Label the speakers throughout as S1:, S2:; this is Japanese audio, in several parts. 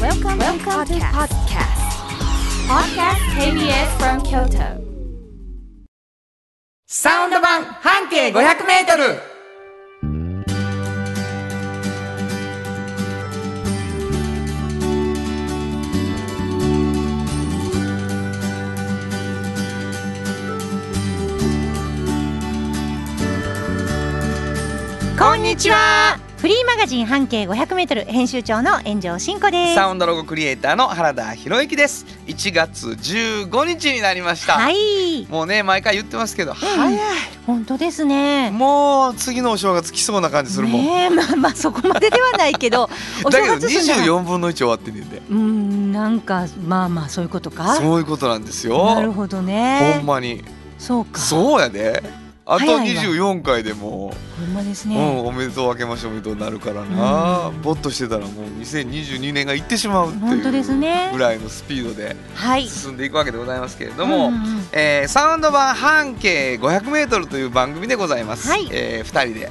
S1: Welcome, Welcome to podcast. Podcast KBS from Kyoto.
S2: サウンド版半径500メートル
S3: こんにちはフリーマガジン半径 500m 編集長の炎上真子です
S2: サウンドロゴクリエイターの原田博之です1月15日になりました、
S3: はい
S2: もうね毎回言ってますけど、早
S3: 本当です
S2: い
S3: ね
S2: もう次のお正月来そうな感じするもん、
S3: ねえまあまあそこまでではない けどお
S2: だ
S3: 正
S2: けど
S3: 月すんだ
S2: 24分の1終わってんねんで
S3: うんなんかまあまあそういうことか
S2: そういうことなんですよ
S3: なるほどね
S2: ほんまに
S3: そうか
S2: そうやであと
S3: 早いわ
S2: 24回でも
S3: ほんまです
S2: う、
S3: ね、
S2: うん、おめでとう明けましておめでとうになるからな、
S3: うん
S2: ぼっとしてたらもう2022年がいってしまうって
S3: 本当です
S2: いう
S3: ね
S2: ぐらいのスピードで
S3: はい
S2: 進んでいくわけでございますけれども、
S3: うんうんうん
S2: えーサウンド版半径 500m という番組でございます、
S3: はい
S2: えー、2人で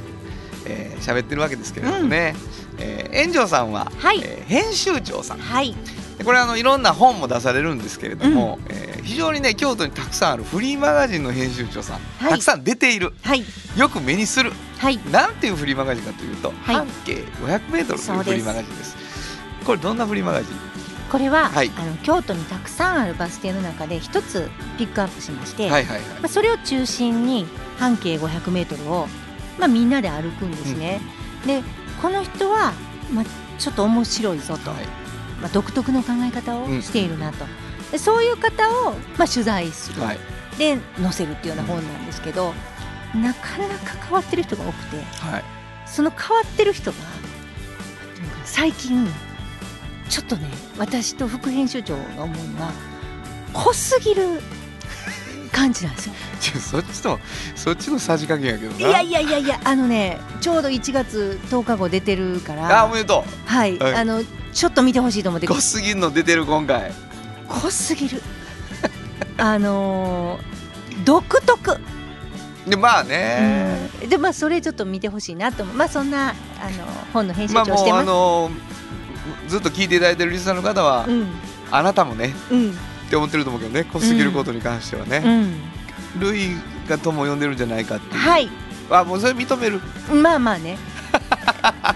S2: えー喋、ってるわけですけれどもね、えー、炎上さんは、
S3: はい
S2: えー編集長さん
S3: はい
S2: でこれあのいろんな本も出されるんですけれども、えー非常にね京都にたくさんあるフリーマガジンの編集長さん、
S3: はい
S2: たくさん出ている
S3: はい
S2: よく目にする
S3: はい
S2: なんていうフリーマガジンかというと、
S3: はい
S2: 半径 500m と
S3: そ
S2: いう
S3: うです
S2: フリーマガジンですこれどんなフリーマガジン
S3: これは、
S2: はい
S3: あの京都にたくさんあるバス停の中で一つピックアップしまして、
S2: はいはいはい
S3: まあ、それを中心に半径 500m を、まあ、みんなで歩くんですね。でこの人は、まあ、ちょっと面白いぞと、
S2: はい
S3: まあ、独特の考え方を
S2: うん
S3: しているなと、でそういう方を、まあ、取材する、
S2: はい
S3: で載せるっていうような本なんですけどなかなか変わってる人が多くて
S2: はい
S3: その変わってる人がなんていうのかな最近ちょっとね私と副編集長が思うのは濃すぎる感じなんですよ。
S2: ちょそっちとそっちのさじ加減やけどない
S3: やいやいやいやあのねちょうど1月10日後出てるか
S2: あお
S3: ら
S2: めでと
S3: はい、
S2: はい
S3: あのちょっと見てほしいと思って
S2: うごすぎんの出てる今回
S3: 濃すぎる あのー独特、
S2: でまあね、
S3: うんでまあそれちょっと見てほしいなと思うまあそんなあの本の編集
S2: まあ
S3: 長
S2: も
S3: し
S2: う
S3: てま
S2: あ
S3: す、
S2: のずっと聞いていただいてるリスナーの方は、
S3: うん
S2: あなたもね
S3: うん
S2: って思ってると思うけどね濃すぎることに関しては
S3: う
S2: ね、
S3: ん
S2: ルイが友を呼んでるんじゃないかっていう、
S3: はい
S2: あもうそれ認める
S3: まあまあ ね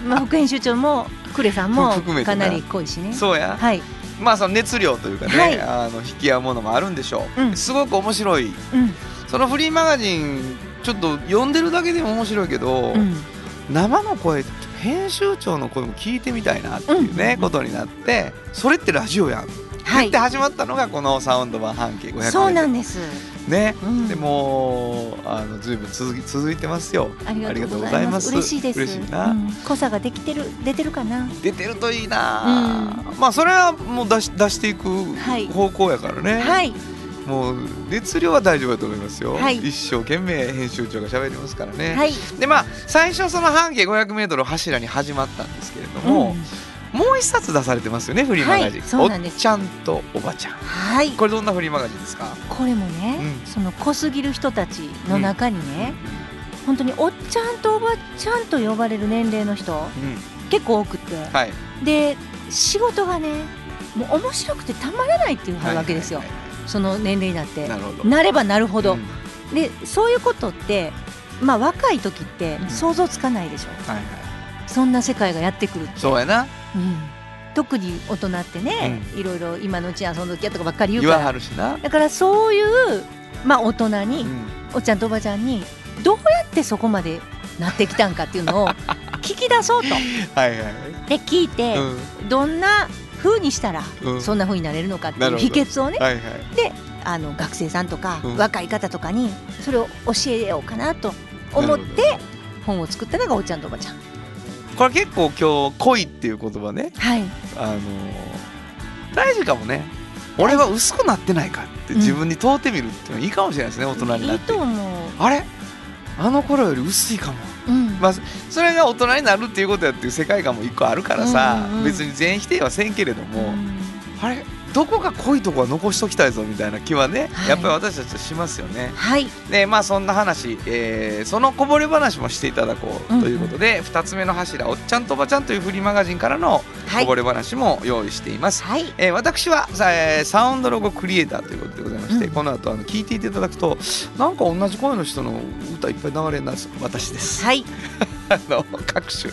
S3: まあ副編集長もクレさんも
S2: 含めて
S3: か
S2: な
S3: なり濃いしね
S2: そうや、
S3: はい、
S2: まあその熱量というかね、
S3: はい
S2: あの引き合うものもあるんでしょう、
S3: うん
S2: すごく面白い
S3: うん
S2: そのフリーマガジンちょっと読んでるだけでも面白いけど、
S3: うん、
S2: 生の声編集長の声も聞いてみたいなっていうね、
S3: うん
S2: ことになってそれってラジオやんっ
S3: はい
S2: て始まったのがこのサウンド版半径500メ
S3: そうなん
S2: で
S3: です、
S2: すね、
S3: うん
S2: でもうあのずいぶん続き続いてますよ
S3: ありがとうご
S2: あ
S3: ざ
S2: り
S3: い
S2: が
S3: ます。嬉しいです。
S2: 嬉しいな、
S3: うん濃さができてる出てるかな。
S2: 出てるといいな、まあそれはもう出し出していく
S3: はい
S2: 方向やからね、
S3: はい
S2: もう熱量は大丈夫だと思いますよ、
S3: はい
S2: 一生懸命編集長が喋りますからね、
S3: はい。
S2: でまあ最初その半径 500m を柱に始まったんですけれども、
S3: うん
S2: もう一冊出されてますよねフリーマガジン、
S3: はいそうなんです
S2: おっちゃんとおばちゃん
S3: はい。
S2: これどんなフリーマガジンですか
S3: これもね、
S2: うん
S3: その濃すぎる人たちの中にね、本当におっちゃんとおばちゃんと呼ばれる年齢の人
S2: うん
S3: 結構多くて、
S2: はい
S3: で仕事がねもう面白くてたまらないっていうわけですよ。
S2: はいはい
S3: その年齢になって
S2: なるほど
S3: なればなるほど、
S2: うん
S3: でそういうことってまあ若い時って
S2: うん
S3: 想像つかないでしょ。
S2: はいはい
S3: そんな世界がやってくるって。
S2: そうやな
S3: うん特に大人ってね、いろいろ今のうち遊んどきやとかばっかり言う
S2: 言
S3: か
S2: わは
S3: ら
S2: るしな、
S3: だからそういう、まあ、大人に、
S2: うん
S3: おっちゃんとおばちゃんにどうやってそこまでなってきたんかってい うのを聞き出そうと
S2: はいはい
S3: で聞いて、
S2: うん
S3: どんな風にしたら、
S2: うん
S3: そんな風になれるのかって
S2: ないる
S3: う
S2: ほど
S3: 秘訣をね
S2: はいはい
S3: あの学生さんとか、
S2: うん
S3: 若い方とかにそれを教えようかなと思っ
S2: なる
S3: て本を作ったのがおっちゃんとおばちゃん。
S2: これ結構今日恋っていう言葉ね
S3: はい、
S2: あのー大事かもね俺は薄くなってないかって自分に問うてみるっていうのはいいかもしれないですね、大人にないっ
S3: い
S2: て
S3: と思う、
S2: あれあの頃より薄いかも
S3: うん
S2: まあ、それが大人になるっていうことやっていう世界観も一個あるからさ、
S3: うんうんうん
S2: 別に全否定はせんけれども、
S3: うん
S2: あれどこか濃いとこは残しときたいぞみたいな気はね、
S3: はい
S2: やっぱり私たちはしますよね。
S3: はい
S2: でまあそんな話、えーそのこぼれ話もしていただこ
S3: うんう
S2: うんということで、2つ目の柱「おっちゃんとおばちゃん」というフリーマガジンからの
S3: は
S2: こ
S3: い
S2: ぼれ話も用意しています。
S3: はい
S2: えー私は、さえーサウンドロゴクリエイターということでございまして、
S3: うん
S2: この後あの聞いていただくとなんか同じ声の人の歌いっぱい流れるな私です。
S3: はい
S2: あの各種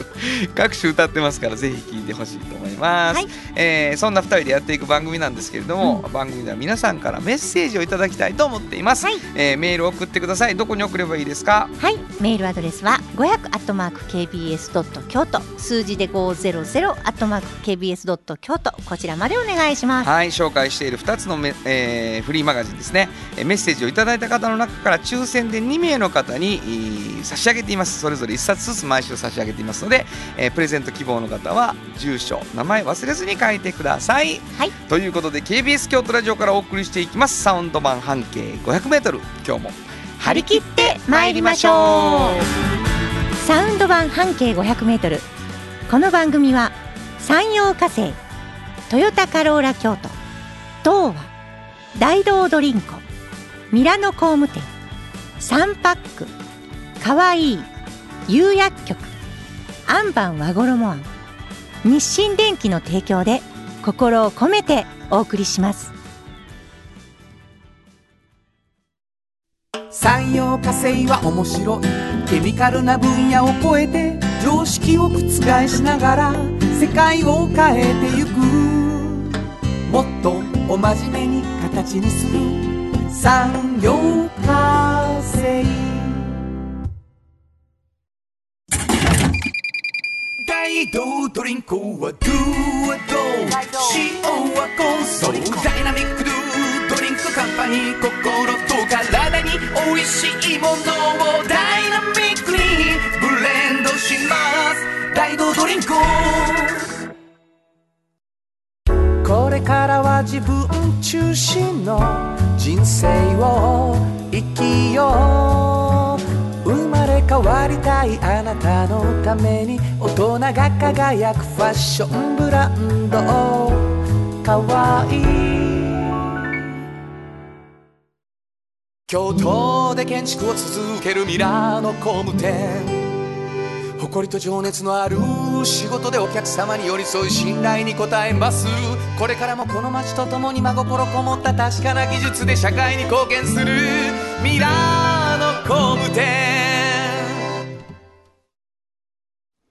S2: 各種歌ってますからぜひ聴いてほしいと思います、
S3: はい
S2: えーそんな2人でやっていく番組なんですけれども、
S3: う
S2: 番組では皆さんからメッセージをいただきたいと思っています、
S3: はい
S2: えーメールを送ってくださいどこに送ればいいですか
S3: はい、メールアドレスは五百アットマーク kbs ドット京都、数字で五ゼロゼロアットマーク kbs ドット京都こちらまでお願いします。
S2: はい紹介している2つのメ、えーフリーマガジンですねえーメッセージをいただいた方の中から抽選で2名の方にえー差し上げていますそれぞれ1冊ずつ毎週差し上げていますので、えープレゼント希望の方は住所名前忘れずに書いてください
S3: はい、
S2: ということで KBS 京都ラジオからお送りしていきますサウンド版半径 500m 今日も
S3: 張り切って参りましょう。サウンド版半径五百メートル。この番組は山陽火星、トヨタカローラ京都、東和、大道ドリンコ、ミラノ工務店、サンパック、かわいい、釉薬局、アンバン和衣庵、日清電機の提供で心を込めてお送りします。
S4: 産業化成は面白いケミカルな分野を超えて常識を覆しながら世界を変えてゆくもっとお真面目に形にする産業化成大道ドリンクはドゥはドゥ塩はコンソールダイナミックドゥドリンクカンパニー心と体に美味しいものをダイナミックにブレンドします大道ドリンクこれからは自分中心の人生を生きよう生まれ変わりたいあなたのために大人が輝くファッションブランドかわいい京都で建築を続けるミラーの工務店誇りと情熱のある仕事でお客様に寄り添い信頼に応えますこれからもこの街とともに真心こもった確かな技術で社会に貢献するミラーの工務店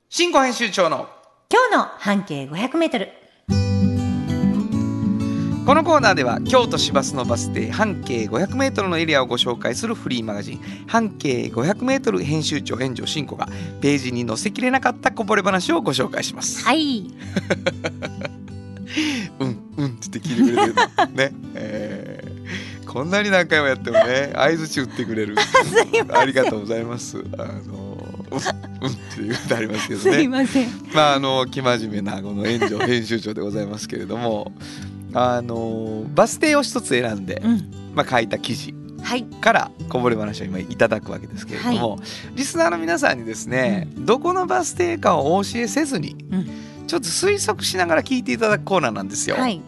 S2: 新語編集長の
S3: 今日の半径500メートル。
S2: このコーナーでは京都市バスのバス停半径 500m のエリアをご紹介するフリーマガジン「半径 500m 編集長炎上新子」がページに載せきれなかったこぼれ話をご紹介します。
S3: はい。
S2: うんうんって言って聞い てくれてるね、えーこんなに何回もやってもね相づち打ってく れるありがとうございます。あのうんうんっていうことありますけど
S3: すい
S2: ね。
S3: ません。
S2: まああの生真面目なこの炎上編集長でございますけれども、あのバス停を一つ選んで、
S3: うん。
S2: まあ、書いた記事
S3: はい。
S2: からこぼれ話を今いただくわけですけれども、リスナーの皆さんにですね、どこのバス停かをお教えせずに、ちょっと推測しながら聞いていただくコーナーなんですよ。
S3: はい。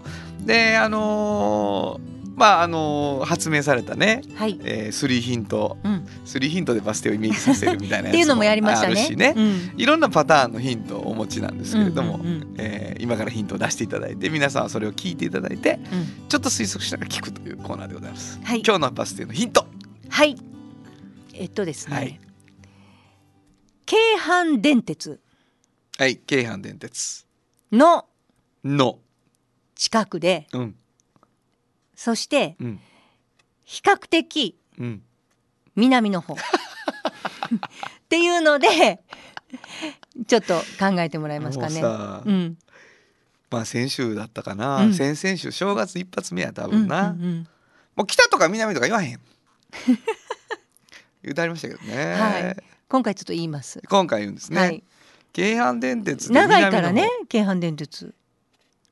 S2: であのーまああのー発明されたね、
S3: はい。
S2: えー、3ヒント
S3: うん。っ
S2: 3ヒントでバス停をイメージさせるみたいなやつ
S3: ていうのもやりましたね。
S2: あるしね、
S3: うん。
S2: いろんなパターンのヒントをお持ちなんですけれども、
S3: うんうんうん
S2: えー今からヒントを出していただいて皆さんはそれを聞いていただいて
S3: うん
S2: ちょっと推測しながら聞くというコーナーでございます。
S3: はい
S2: 今日のバス停のヒント
S3: はい。えっとですね。
S2: はい
S3: 京阪電鉄
S2: はい京阪電鉄
S3: の
S2: の
S3: 近くで、
S2: うん
S3: そして
S2: うん
S3: 比較的
S2: うん
S3: 南の方っていうので、ちょっと考えてもらえますかね。
S2: もうさ
S3: うん。
S2: まあ先週だったかな、
S3: うん
S2: 先々週正月一発目や多分な、
S3: うんうん
S2: もう北とか南とか言わへん 言うてありましたけどね、
S3: うんはい。今回ちょっと言います。
S2: 今回言うんですね、
S3: はい。
S2: 京阪電鉄で
S3: 長いから
S2: 南の
S3: ね
S2: 方、
S3: 京阪電鉄。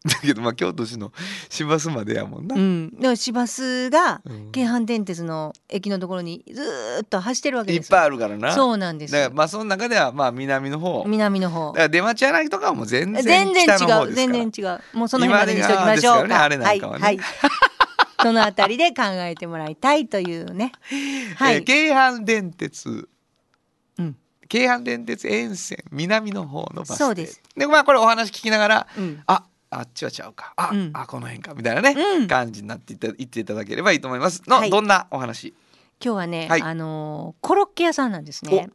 S2: だけどまあ京都市の市バスまでやもんな、
S3: うん、だから市バスが
S2: うん
S3: 京阪電鉄の駅のところにずーっと走ってるわけ
S2: い
S3: で
S2: っ
S3: す
S2: ぱい
S3: い
S2: あるからな
S3: そうなんです
S2: だからまあその中ではまあ南の方だか
S3: 南の方
S2: ら出町柳とかはもう全然
S3: 全然違
S2: 北の方
S3: う
S2: です
S3: 全
S2: から
S3: 然違うもうその辺までにしておきまし
S2: 今
S3: ょ
S2: までがで
S3: うか
S2: すからねあれなんかはね
S3: い、はい、そのあたりで考えてもらいたいというねは
S2: え
S3: い
S2: ー、京阪電鉄、
S3: うん
S2: 京阪電鉄沿線南の方のバス停
S3: そうです
S2: でまあこれお話聞きながら、
S3: うん
S2: ああっちはちゃうかあ、
S3: うん
S2: あこの辺かみたいなね、
S3: うん
S2: 感じになっていた言っていただければいいと思いますの、
S3: はい
S2: どんなお話
S3: 今日はね、
S2: はい
S3: あのーコロッケ屋さんなんですね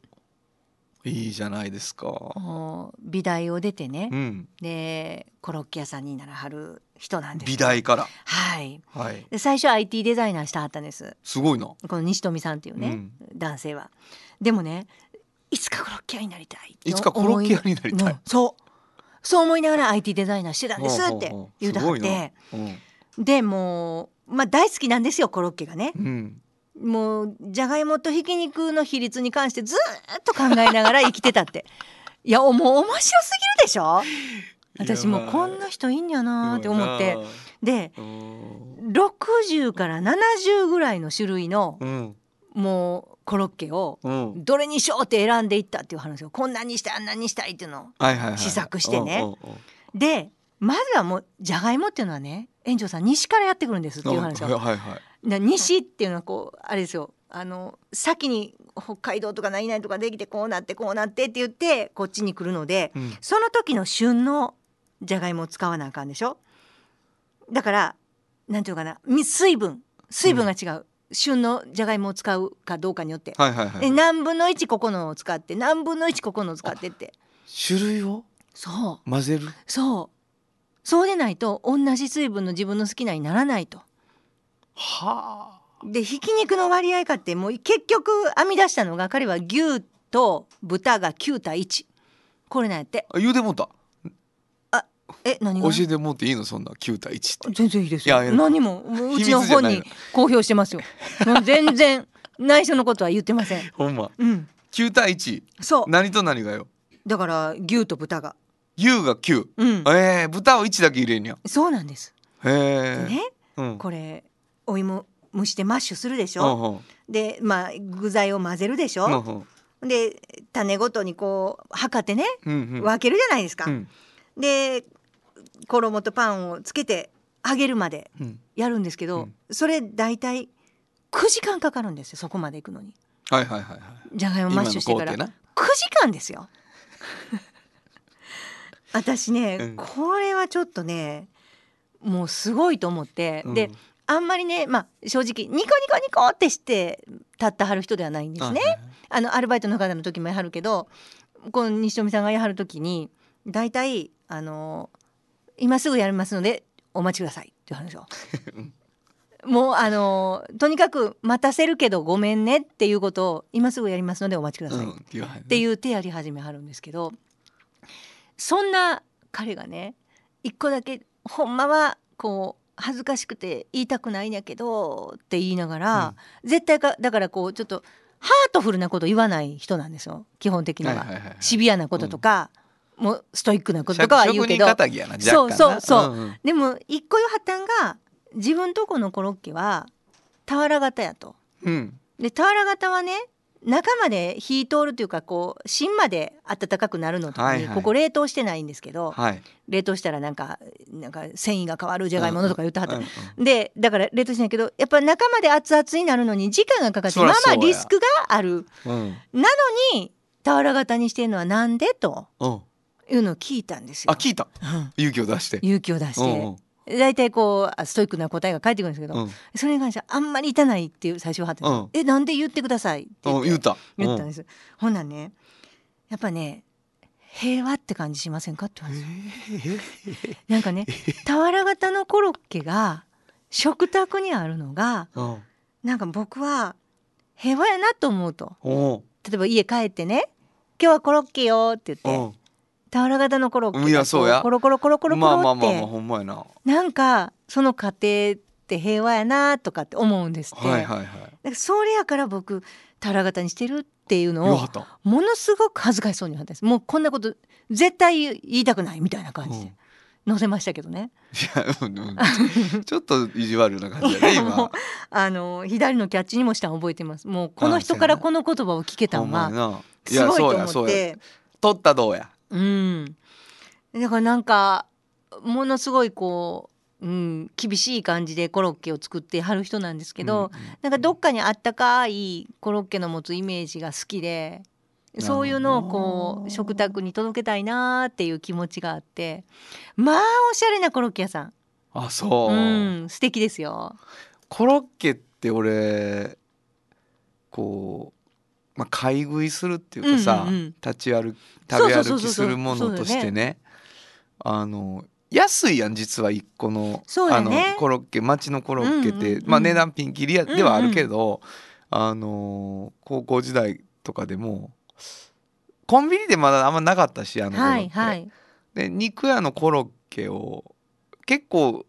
S2: いいじゃないですか
S3: お美大を出てね
S2: うん
S3: でコロッケ屋さんにならはる人なんです
S2: 美大から
S3: はい
S2: はい
S3: で最初 IT デザイナーしてはったんです
S2: すごいな
S3: この西富さんっていうね、
S2: うん
S3: 男性はでもねいつかコロッケ屋になりたい
S2: いつかコロッケ屋になりたい
S3: のそうそう思いながら IT デザイナーしてたんです
S2: ほうほ
S3: っ
S2: う
S3: て
S2: ほう
S3: 言うた
S2: す
S3: っ
S2: ごいな
S3: てでもうまあ大好きなんですよコロッケがね
S2: うん、うん、
S3: もうじゃがいもとひき肉の比率に関してずーっと考えながら生きてたって いやもう面白すぎるでしょ私もうこんな人いんやなーって思ってで
S2: うん
S3: 60から70ぐらいの種類の
S2: うん
S3: もうコロッケを
S2: うん
S3: どれにしようって選んでいったっていう話をこんなにしたいあんなにしたいっていうのを
S2: はいはいはい
S3: 試作して
S2: う
S3: ね
S2: んうんうん
S3: でまずはもうじゃがいもっていうのはね園長さん西からやってくるんですっていう話
S2: うん
S3: を
S2: はいはい
S3: な西っていうのはこうあれですよあの先に北海道とか何々とかできてこうなってこうなってって言ってこっちに来るので
S2: うん
S3: その時の旬のじゃがいもを使わなあかんでしょだからなんていうのかなみ水分水分が違う、旬のじゃがいもを使うかどうかによって、
S2: はいはいは
S3: で
S2: い。
S3: 何分の1ここのを使って何分の1ここのを使ってって
S2: 種類を
S3: そう
S2: 混ぜる。
S3: そうそうでないと同じ水分の自分の好きなにならないと。
S2: は
S3: でひき肉の割合かってもう結局編み出したのが彼は牛と豚が9対1これなんやって
S2: あ。言うてもうた。
S3: え何
S2: 教
S3: が
S2: えてもうていいのそんな九対一って。
S3: 全然いいです
S2: い
S3: よ
S2: やいや
S3: 何ももうう
S2: 秘密
S3: ち
S2: じゃ
S3: の
S2: ない
S3: 本に公表してますよ もう全然内緒のことは言ってません
S2: ほんま。
S3: うん
S2: 九対一。
S3: そう
S2: 何と何がよ。
S3: だから牛と豚が
S2: 牛が九。
S3: うん
S2: ええ豚を一だけ入れんねや。
S3: そうなんです
S2: へ
S3: で
S2: え。
S3: ね
S2: うん。
S3: これお芋蒸してマッシュするでし
S2: うん
S3: ょ
S2: うん
S3: でまあ具材を混ぜるでし
S2: う
S3: ょ
S2: んうん
S3: で種ごとにこう測ってね
S2: うんうん。
S3: 分けるじゃないです
S2: う
S3: か
S2: ん
S3: で衣とパンをつけて揚げるまで
S2: うん。
S3: やるんですけ
S2: う
S3: ど、
S2: ん
S3: それ大体9時間かかるんですよそこまで行くのに
S2: はいはいはいはい。
S3: じゃがいもマッシュしてから9
S2: 今の工程な
S3: 時間で すよ私ね、
S2: うん
S3: これはちょっとねもうすごいと思って、
S2: うん
S3: であんまりね、まあ、正直ニコニコニコってして立ってはる人ではないんですね。あのアルバイトの方の時もやはるけどこの西富さんがやはる時に大体あの今すぐやりますのでお待ちくださいっていう 話をもうあのとにかく待たせるけどごめんねっていうことを今すぐやりますのでお待ちくだ
S2: う
S3: さい
S2: ん。
S3: っ
S2: っていう話ね
S3: ていう手やり始めはるんですけどそんな彼がね一個だけほんまはこう恥ずかしくて言いたくないんやけどって言いながら、絶対かだからこうちょっとハートフルなこと言わない人なんですよ基本的には,、
S2: はいはいはいはい
S3: シビアなこととか、もうストイックなこととかは言うけど
S2: 職人気やな若干な
S3: そうそうそう
S2: うんん
S3: でも一個よはたんが自分とこのコロッケは俵型やと。
S2: うん。
S3: で俵型はね中まで火通るというかこう芯まで温かくなるのとかに、
S2: はいはい
S3: ここ冷凍してないんですけど、
S2: はい。
S3: 冷凍したらなんかなんか繊維が変わるじゃがいものとか言ってはった、
S2: うんうん
S3: でだから冷凍しないけどやっぱ中まで熱々になるのに時間がかかって
S2: そ
S3: ま
S2: ら
S3: あ
S2: そう
S3: まあ
S2: や
S3: リスクがある
S2: うん。
S3: に俵型にしてるのはなんでと
S2: うん。
S3: いうのを聞いたんです
S2: あ
S3: よ。
S2: 聞いた。
S3: うん
S2: 勇気を出して。
S3: 勇気を出し
S2: うんうん
S3: て大体こうストイックな答えが返ってくるんですけど、
S2: うん
S3: それに関してはあんまり痛ないっていう最初はあってた、
S2: うん
S3: えなんで言ってくださいって言
S2: う
S3: っ
S2: ん
S3: て
S2: 言うた。
S3: 言った
S2: う
S3: ん
S2: ん
S3: です、ほんなんねやっぱね平和って感じしませんかって言われてなんかね俵型のコロッケが食卓にあるのが
S2: うん。
S3: なんか僕は平和やなと思うと
S2: お
S3: 例えば家帰ってね「今日はコロッケよ」って
S2: う
S3: 言っ
S2: ん
S3: て。俵型のコロッケが
S2: いや
S3: こ
S2: そうや
S3: うコロコロコロコロコ
S2: まあま
S3: ロ
S2: あ
S3: っ
S2: まあまあ
S3: て
S2: ほんまやな。は
S3: なんかその家庭って平和やなとかって思うんですって、
S2: いはいはい。
S3: なんかそれやから僕俵型にしてるってい
S2: よ
S3: うのを
S2: かった。
S3: ものすごく恥ずかしそうに言われたんですもうこんなこと絶対言いたくないみたいな感じで、
S2: うん
S3: 載せましたけどね
S2: うんうんちょっと意地悪な感じだね
S3: いやも
S2: 今
S3: う。あの左のキャッチにもしたん覚えてますもうこの人
S2: あ
S3: からこの言葉を聞けた
S2: ほん
S3: ん
S2: まやな
S3: はすごいと
S2: や
S3: 思っ
S2: や
S3: て
S2: 取ったどうや。
S3: うんだからなんかものすごいこう、うん、厳しい感じでコロッケを作ってはる人なんですけど、
S2: うんうん
S3: なんかどっかにあったかいコロッケの持つイメージが好きで
S2: るほど
S3: そういうのをこう食卓に届けたいなーっていう気持ちがあってまあおしゃれなコロッケ屋さん
S2: あそう、
S3: うん素敵ですよ
S2: コロッケって俺こう、まあ、買い食いするっていうかさ、
S3: うんうんうん
S2: 立ち歩き
S3: そ
S2: 食
S3: う
S2: べ
S3: そうそうそう
S2: 歩きするものとし
S3: そ
S2: て
S3: う
S2: ねあの安いやん実は一個の,、
S3: そう
S2: あ
S3: や
S2: の
S3: ね
S2: コロッケ町のコロッケって、
S3: うんうんうん
S2: まあ、値段ピンキリやではあるけど、あの高校時代とかでもコンビニでまだあんまなかったしあのコロッ
S3: は
S2: ケ
S3: いはい
S2: で肉屋のコロッケを結構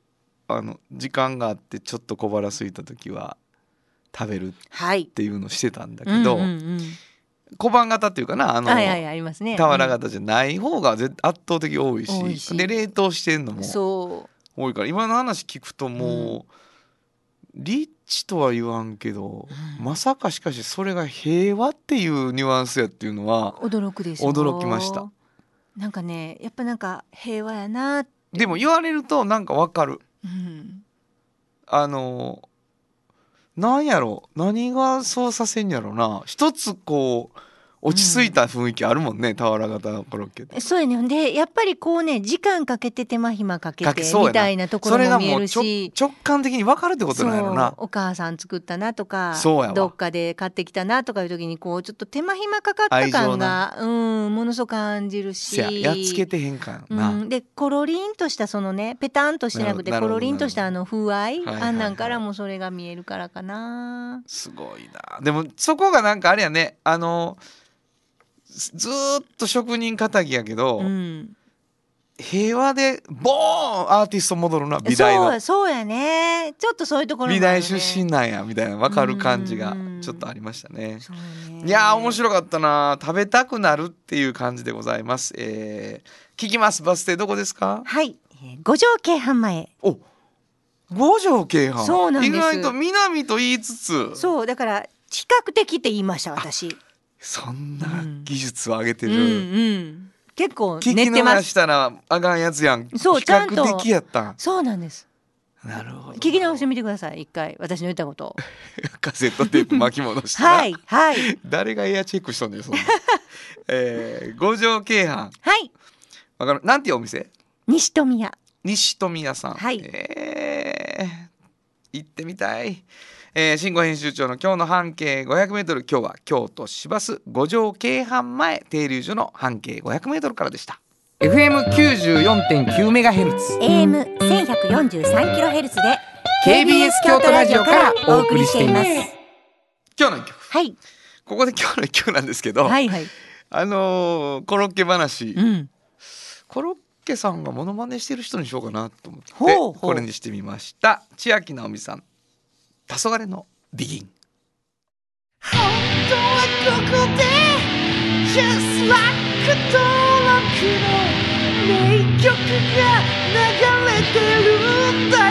S2: あの時間があってちょっと小腹空いた時は食べるっ
S3: はい
S2: ていうのをしてたんだけど、
S3: うんうんうん
S2: 小判型っていうかなあの、
S3: はいはいありますね
S2: 俵型じゃない方が絶圧倒的に多いし
S3: 多いし
S2: で冷凍してんの
S3: う
S2: も
S3: んそ
S2: 多いから今の話聞くともう、リッチとは言わんけど、
S3: うん
S2: まさかしかしそれが平和っていうニュアンスやっていうの
S3: う
S2: は
S3: 驚くでしょ
S2: 驚きました
S3: なんかねやっぱなんか平和やなって
S2: でも言われるとなんかわかる。
S3: うん
S2: あのなんやろ何がそうさせんやろな一つこう落ち着いた雰囲気あるもんね、俵型コロッケって。
S3: そうやねんでやっぱりこうね時間かけて手間暇かけ
S2: か
S3: て
S2: けそうやな
S3: みたいなとこ
S2: それ
S3: ろ
S2: が
S3: も見
S2: も
S3: え
S2: う
S3: る
S2: ちょ
S3: し
S2: 直感的に分かるってことなんやろな
S3: そうお母さん作ったなとか
S2: そうやわ
S3: どっかで買ってきたなとかいう時にこうちょっと手間暇かかった
S2: 愛情
S3: 感
S2: な
S3: がうんものすごく感じるし
S2: せややっつけてへんかな、
S3: うん、でコロリンとしたそのねペタンとしてなくて
S2: なる
S3: コ
S2: ほど
S3: ロリンとしたあの風合
S2: は
S3: い、
S2: いはいはい
S3: あんなんからもそれが見えるからかな。
S2: すごいなでもそこがなんかあれやねあのずずーっと職人仇やけど、
S3: うん、
S2: 平和でボーンアーティスト戻るな美大
S3: そう
S2: の
S3: そうやねちょっとそういうところもあ
S2: 美
S3: るね
S2: 大出身なんやみたいな分かる感じが
S3: うん
S2: ちょっとありましたね。
S3: そうやね
S2: いやー面白かったな食べたくなるっていう感じでございます、えー聞きますバス停どこですか
S3: はい、えー五条京阪前
S2: お五条京阪
S3: そうなんです
S2: 意外と南と言いつつ
S3: そうだから比較的って言いました私
S2: そんな技術を上げて
S3: うん
S2: る、
S3: うん結構
S2: 聞き
S3: 寝てま
S2: 逃
S3: す
S2: したらあかんやつやん
S3: そう
S2: 比
S3: ちゃんと
S2: 較的やったん
S3: そうなんです
S2: なるほど
S3: 聞き直してみてください一回私の言ったことを
S2: カセットテープ巻き戻したら、
S3: はいはい
S2: 誰がエアチェックしとんねんそんな、 えー、五条京阪
S3: はい
S2: わかるなんていうお店
S3: 西富谷
S2: 西富屋さん、
S3: はい
S2: えー行ってみたい、えー、新語編集長の今日の半径 500m 今日は京都市バス五条京阪前停留所の半径 500m からでした FM94.9 メガヘルツ
S1: AM 千百四十三キロヘルツで
S2: KBS 京都ラジオからお送りしています今日の一曲
S3: はい
S2: ここで今日の一曲なんですけど、
S3: はいはい
S2: あのーコロッケ話、
S3: うん
S2: コロッケさんがモノマネしてる人にしようかなと思って
S3: ほうほう
S2: これにしてみました千秋直美さん黄昏のビギン
S5: 本当はここで Just Like 登録の名曲が流れてるんだ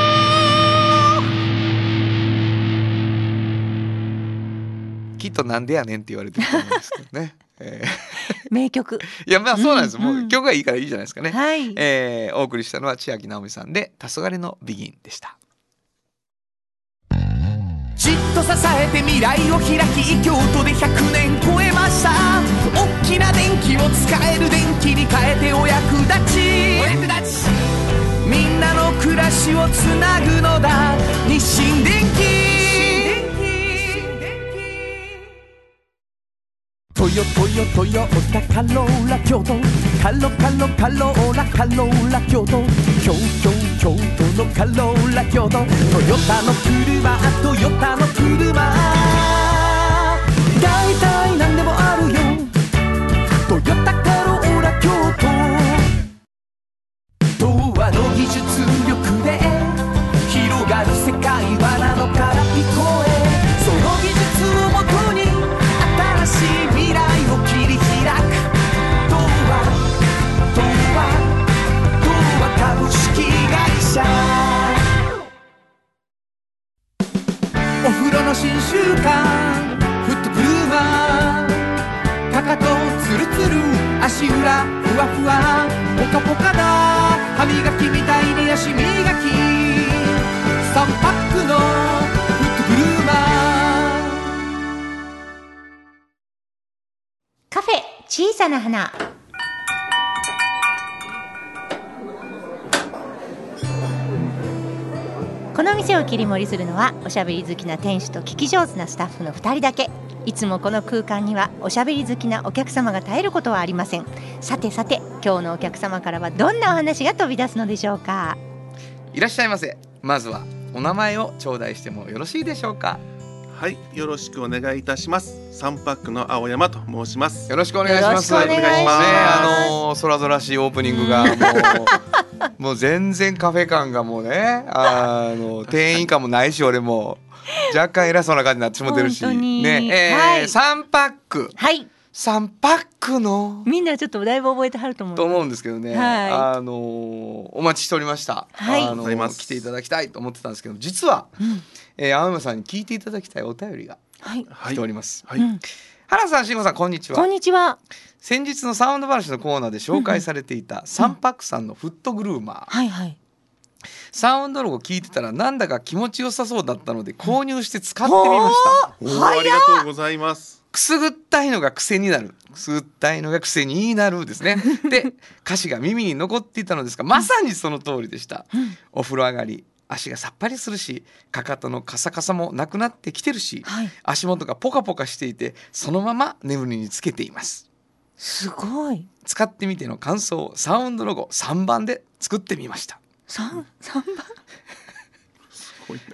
S5: よ
S2: きっとなんでやねんって言われてると思うんですけど ね。え
S3: 名曲
S2: ーいやまあそうなんです、
S3: うんうん
S2: もう曲がいいからいいじゃないですかね。
S3: はい
S2: えーお送りしたのは千秋直美さんで「黄昏のビギン」でした。
S4: じっと支えて未来を開き京都で100年超えました大きな電気を使える電気に変えてお役立ちお役立ちみんなの暮らしをつなぐのだ日清電気トヨトヨトヨタカローラ京都カロカロカローラカローラ京都京京京都のカローラ京都トヨタの車トヨタの車大体何でもあるよトヨタカローラ京都童話の技術力で広がる世界はなのから聞こえその技術をもとに新しい未来を切り開く童話の新習慣フットブルーマーかかとツルツル足裏ふわふわポカポカだ歯磨きみたいに足磨き3パックのフットブルーマー
S1: カフェ小さな花この店を切り盛りするのはおしゃべり好きな店主と聞き上手なスタッフの2人だけいつもこの空間にはおしゃべり好きなお客様が絶えることはありませんさてさて今日のお客様からはどんなお話が飛び出すのでしょうか
S2: いらっしゃいませまずはお名前を頂戴してもよろしいでしょうか
S6: はい、よろしくお願いいたします。三パックの青山と申します。
S2: よろしくお願いします
S3: よろしくお願いします
S2: ねあのー、空空しいオープニング がもうもう全然カフェ感がもうねあの店員感もないし俺も若干偉そうな感じになってしもてるし
S3: 本当に
S2: ね、えー
S3: はい
S2: 3パック
S3: はい
S2: 3パックの
S3: みんなちょっとだいぶ覚えてはると思う
S2: と思うんですけどね、
S3: はい
S2: あのーお待ちしておりました、
S3: はい
S2: あ
S6: ご
S2: の
S6: ざいま
S2: ー
S6: す
S2: 来ていただきたいと思ってたんですけど実は、えー青山さんに聞いていただきたいお便りが
S3: はい
S6: は
S2: 来
S6: い
S2: てお、ります、
S6: はい、
S2: 原さん慎吾さんこんにちは
S3: こんにちは
S2: 先日のサウンド話のコーナーで紹介されていたサンパクさんのフットグルーマー、
S3: はいはい
S2: サウンドロゴ聞いてたらなんだか気持ちよさそうだったので購入して使ってみました
S6: おーありがとうございます。
S2: くすぐったいのが癖になるくすぐったいのが癖になる ですねで歌詞が耳に残っていたのですがまさにその通りでした、お風呂上がり足がさっぱりするしかかとのカサカサもなくなってきてるし、
S3: はい
S2: 足元がポカポカしていてそのまま眠りにつけています
S3: すごい
S2: 使ってみての感想をサウンドロゴ3番で作ってみました
S3: 三三番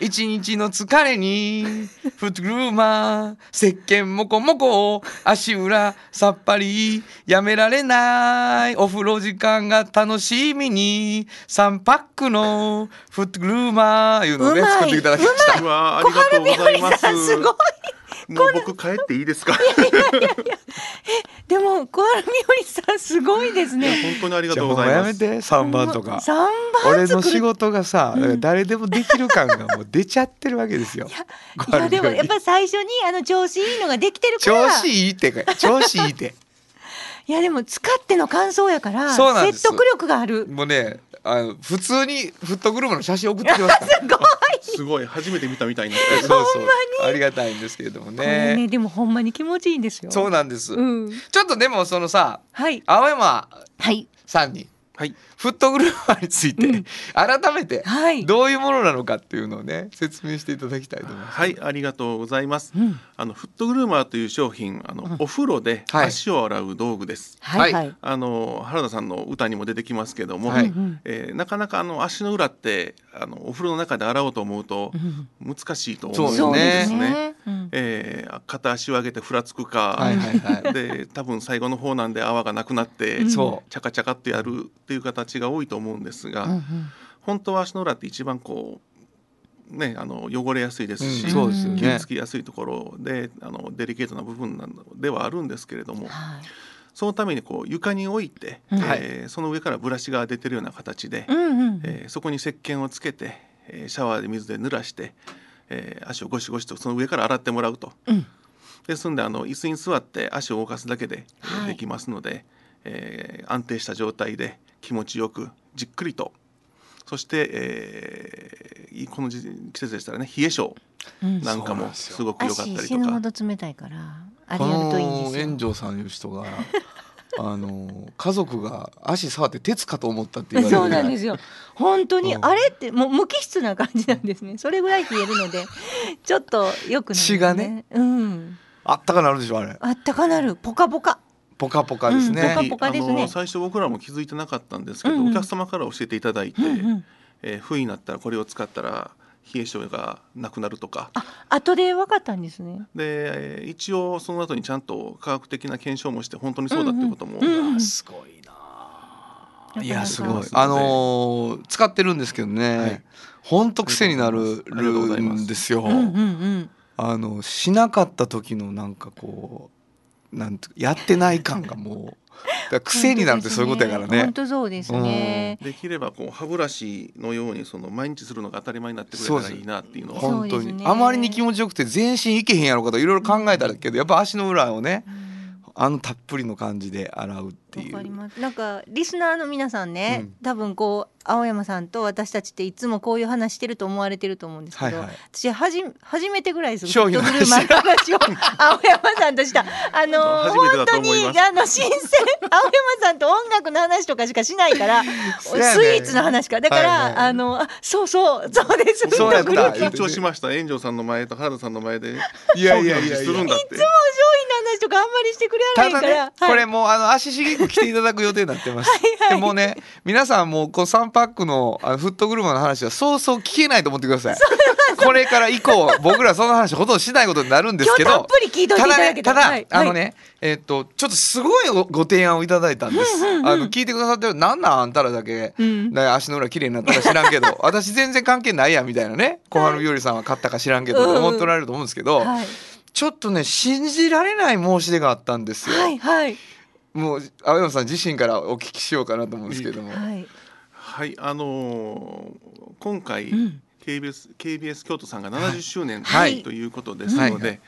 S2: 一日の疲れにフットグルーマー石鹸もこもこ足裏さっぱりやめられないお風呂時間が楽しみに3パックのフットグルーマーいうのをね
S3: うまい
S2: 作っていただきました
S6: うわあ、ありがとうございます。
S3: すごい
S6: もう僕帰っていいですか。
S3: でも小原みおりさんすごいです
S6: いや
S3: ね
S6: 本当にありが
S2: じゃ
S6: と
S2: あ
S6: う
S2: も
S6: ご
S2: う
S6: ざい
S2: や
S6: ま
S2: め
S6: す。
S2: て3番とか
S3: 三番
S2: 俺の仕事がさだから誰でもできる感がもう出ちゃってるわけですよ。
S3: いやでもやっぱ最初にあの調子いいのができてるか
S2: 調
S3: ら
S2: 子いいってか調子いいって。
S3: いやでも使っての感想やから
S2: そうなんです
S3: 説得力がある
S2: もうね、あの普通にフットグルームの写真送ってき ますから。
S6: すごい、初めて見たみたいな。
S2: そうそう。ありがたいんですけれども
S3: これね
S2: ね。
S3: でもほんまに気持ちいいんですよ
S2: そうなんです。
S3: うん
S2: ちょっとでもそのさ、
S3: はい
S2: 青山
S3: はい
S2: さんに
S6: はい、
S2: フットグルーマーについて、改めて
S3: はい
S2: どういうものなのかっていうのをね説明していただきたいと思います。
S6: はい、ありがとうございます。あのフットグルーマーという商品、あの、お風呂で
S2: はい
S6: 足を洗う道具です。
S3: はい
S2: は
S3: はいい
S6: あの原田さんの歌にも出てきますけども、
S2: はい
S6: えーなかなかあの足の裏ってあのお風呂の中で洗おうと思うと難しいと思うんです
S2: そうですね
S3: うん
S6: えー片足を上げてふらつくか、
S2: はいはいはい。
S6: で多分最後の方なんで泡がなくなって、
S2: ん
S6: チ
S2: そ
S6: ャカチャカってやるっていう形が多いと思うんですが、本当は足の裏って一番こう、ね、あの汚れやすいですし、
S2: うんそうですよね
S6: 傷つきやすいところであのデリケートな部分なのではあるんですけれども、
S3: はい
S6: そのためにこう床に置いて、
S3: うん
S6: えーその上からブラシが出てるような形で、
S3: うんうん
S6: えーそこに石鹸をつけて、えーシャワーで水で濡らして、えー足をゴシゴシとその上から洗ってもらうと、ですんであの椅子に座って足を動かすだけで、えー
S3: はい
S6: できますので、えー安定した状態で気持ちよくじっくりとそして、えーいいこの時季節でしたらね冷え性
S3: うん
S6: なんか
S2: そうなん
S6: も
S2: ですよ
S6: すごく良かったり
S3: 足死
S6: と
S3: ぬほ
S6: か、
S3: ど冷たいからあ
S2: こ
S3: れやるといい
S2: の
S3: んですよ
S2: 炎上さんいう人が あの家族が足触って鉄かと思ったって言われる
S3: そう
S2: ぐら
S3: ないんですよ本当に
S2: うん
S3: あれってもう無機質な感じなんですねそれぐらい冷えるので ちょっとよくない、
S2: 血がね
S3: うん
S2: あったかなるでしょあれ。
S3: あったかなるポカポカ
S2: ポカポカですね。
S3: うんポカポカですね
S6: あの最初僕らも気づいてなかったんですけど、
S3: うんうん
S6: お客様から教えていただいて、
S3: うんうん
S6: えー冬になったらこれを使ったら冷え性がなくなるとか
S3: あ後で分かったんですね
S6: でえー一応その後にちゃんと科学的な検証もして本当にそうだっていうことも、
S3: うんうん
S2: すごいな。いや す
S6: な
S2: ご
S6: ん
S2: い
S6: か。
S2: あのー使ってるんですけどね。ほんと癖になる
S6: ありがとうございます
S2: んですよ
S3: う。んうんうん
S2: あのしなかった時のなんかこうなんてやってない感がもうだから癖になるってそういうことやからね
S3: 本当そうですね。
S6: できればこう歯ブラシのようにその毎日するのが当たり前になってくれたらいいなっていうのは
S3: そう
S2: 本当
S3: です
S2: に
S3: ね
S2: あまりに気持ちよくて全身いけへんやろかといろいろ考えたけどやっぱ足の裏をねあのたっぷりの感じで洗うって
S3: わ
S2: いう
S3: かりますなんかリスナーの皆さんね、
S2: うん
S3: 多分こう青山さんと私たちっていつもこういう話してると思われてると思うんですけど、
S2: はいはい
S3: 私はじ初めてぐらいです
S2: 商品の
S3: フッ
S2: 話
S3: トグルーマンの 話を青山さんとしたあの
S6: 初めて
S3: 本
S6: だと
S3: 当
S6: 思います
S3: にあの新鮮青山さんと音楽の話とかしかしな いから、ス
S2: うやね
S3: イーツの話かだから、
S2: はいはい
S3: あのあそうそうそうです
S2: そうやった
S3: フットグルーマン
S6: 緊張しました炎上さんの前と原田さんの前で
S2: いやいやいやいや
S6: 商品の話するんだって
S3: 商品の話とかあんまりしてくれな
S2: た
S3: いか
S2: だ
S3: ら、
S2: ね、
S3: はい
S2: これもうあの足しげく来ていただく予定になってますでもうね皆さんもうこう3パックのあのフットグルマの話はそうそう聞けないと思ってくださいこれから以降僕らその話ほとんどしないことになるんです
S3: 今
S2: け
S3: 日
S2: ど
S3: たっぷり聞いといてい
S2: ただ
S3: ただけ
S2: ね、
S3: た
S2: ただ、
S3: はい
S2: あのね、えっと、ちょっとすごいごご提案をいただいたんです。あの、聞いてくださってる、なんなんあんたらだけ、
S3: うん
S2: ね足の裏綺麗になったか知らんけ ど、私全然関係ないや、みたいなね。小春よりさんは勝ったか知らんけど、
S3: うんうん
S2: 思っておられると思うんですけど、
S3: はい、はい
S2: ちょっとね、信じられない申し出があったんですよ。
S3: はいはい
S2: もう、青山さん自身からお聞きしようかなと思うんですけども。
S3: はい
S6: はいあのー今回、
S3: ん
S6: KBS, KBS 京都さんが70周年、
S2: はい
S6: ということですので、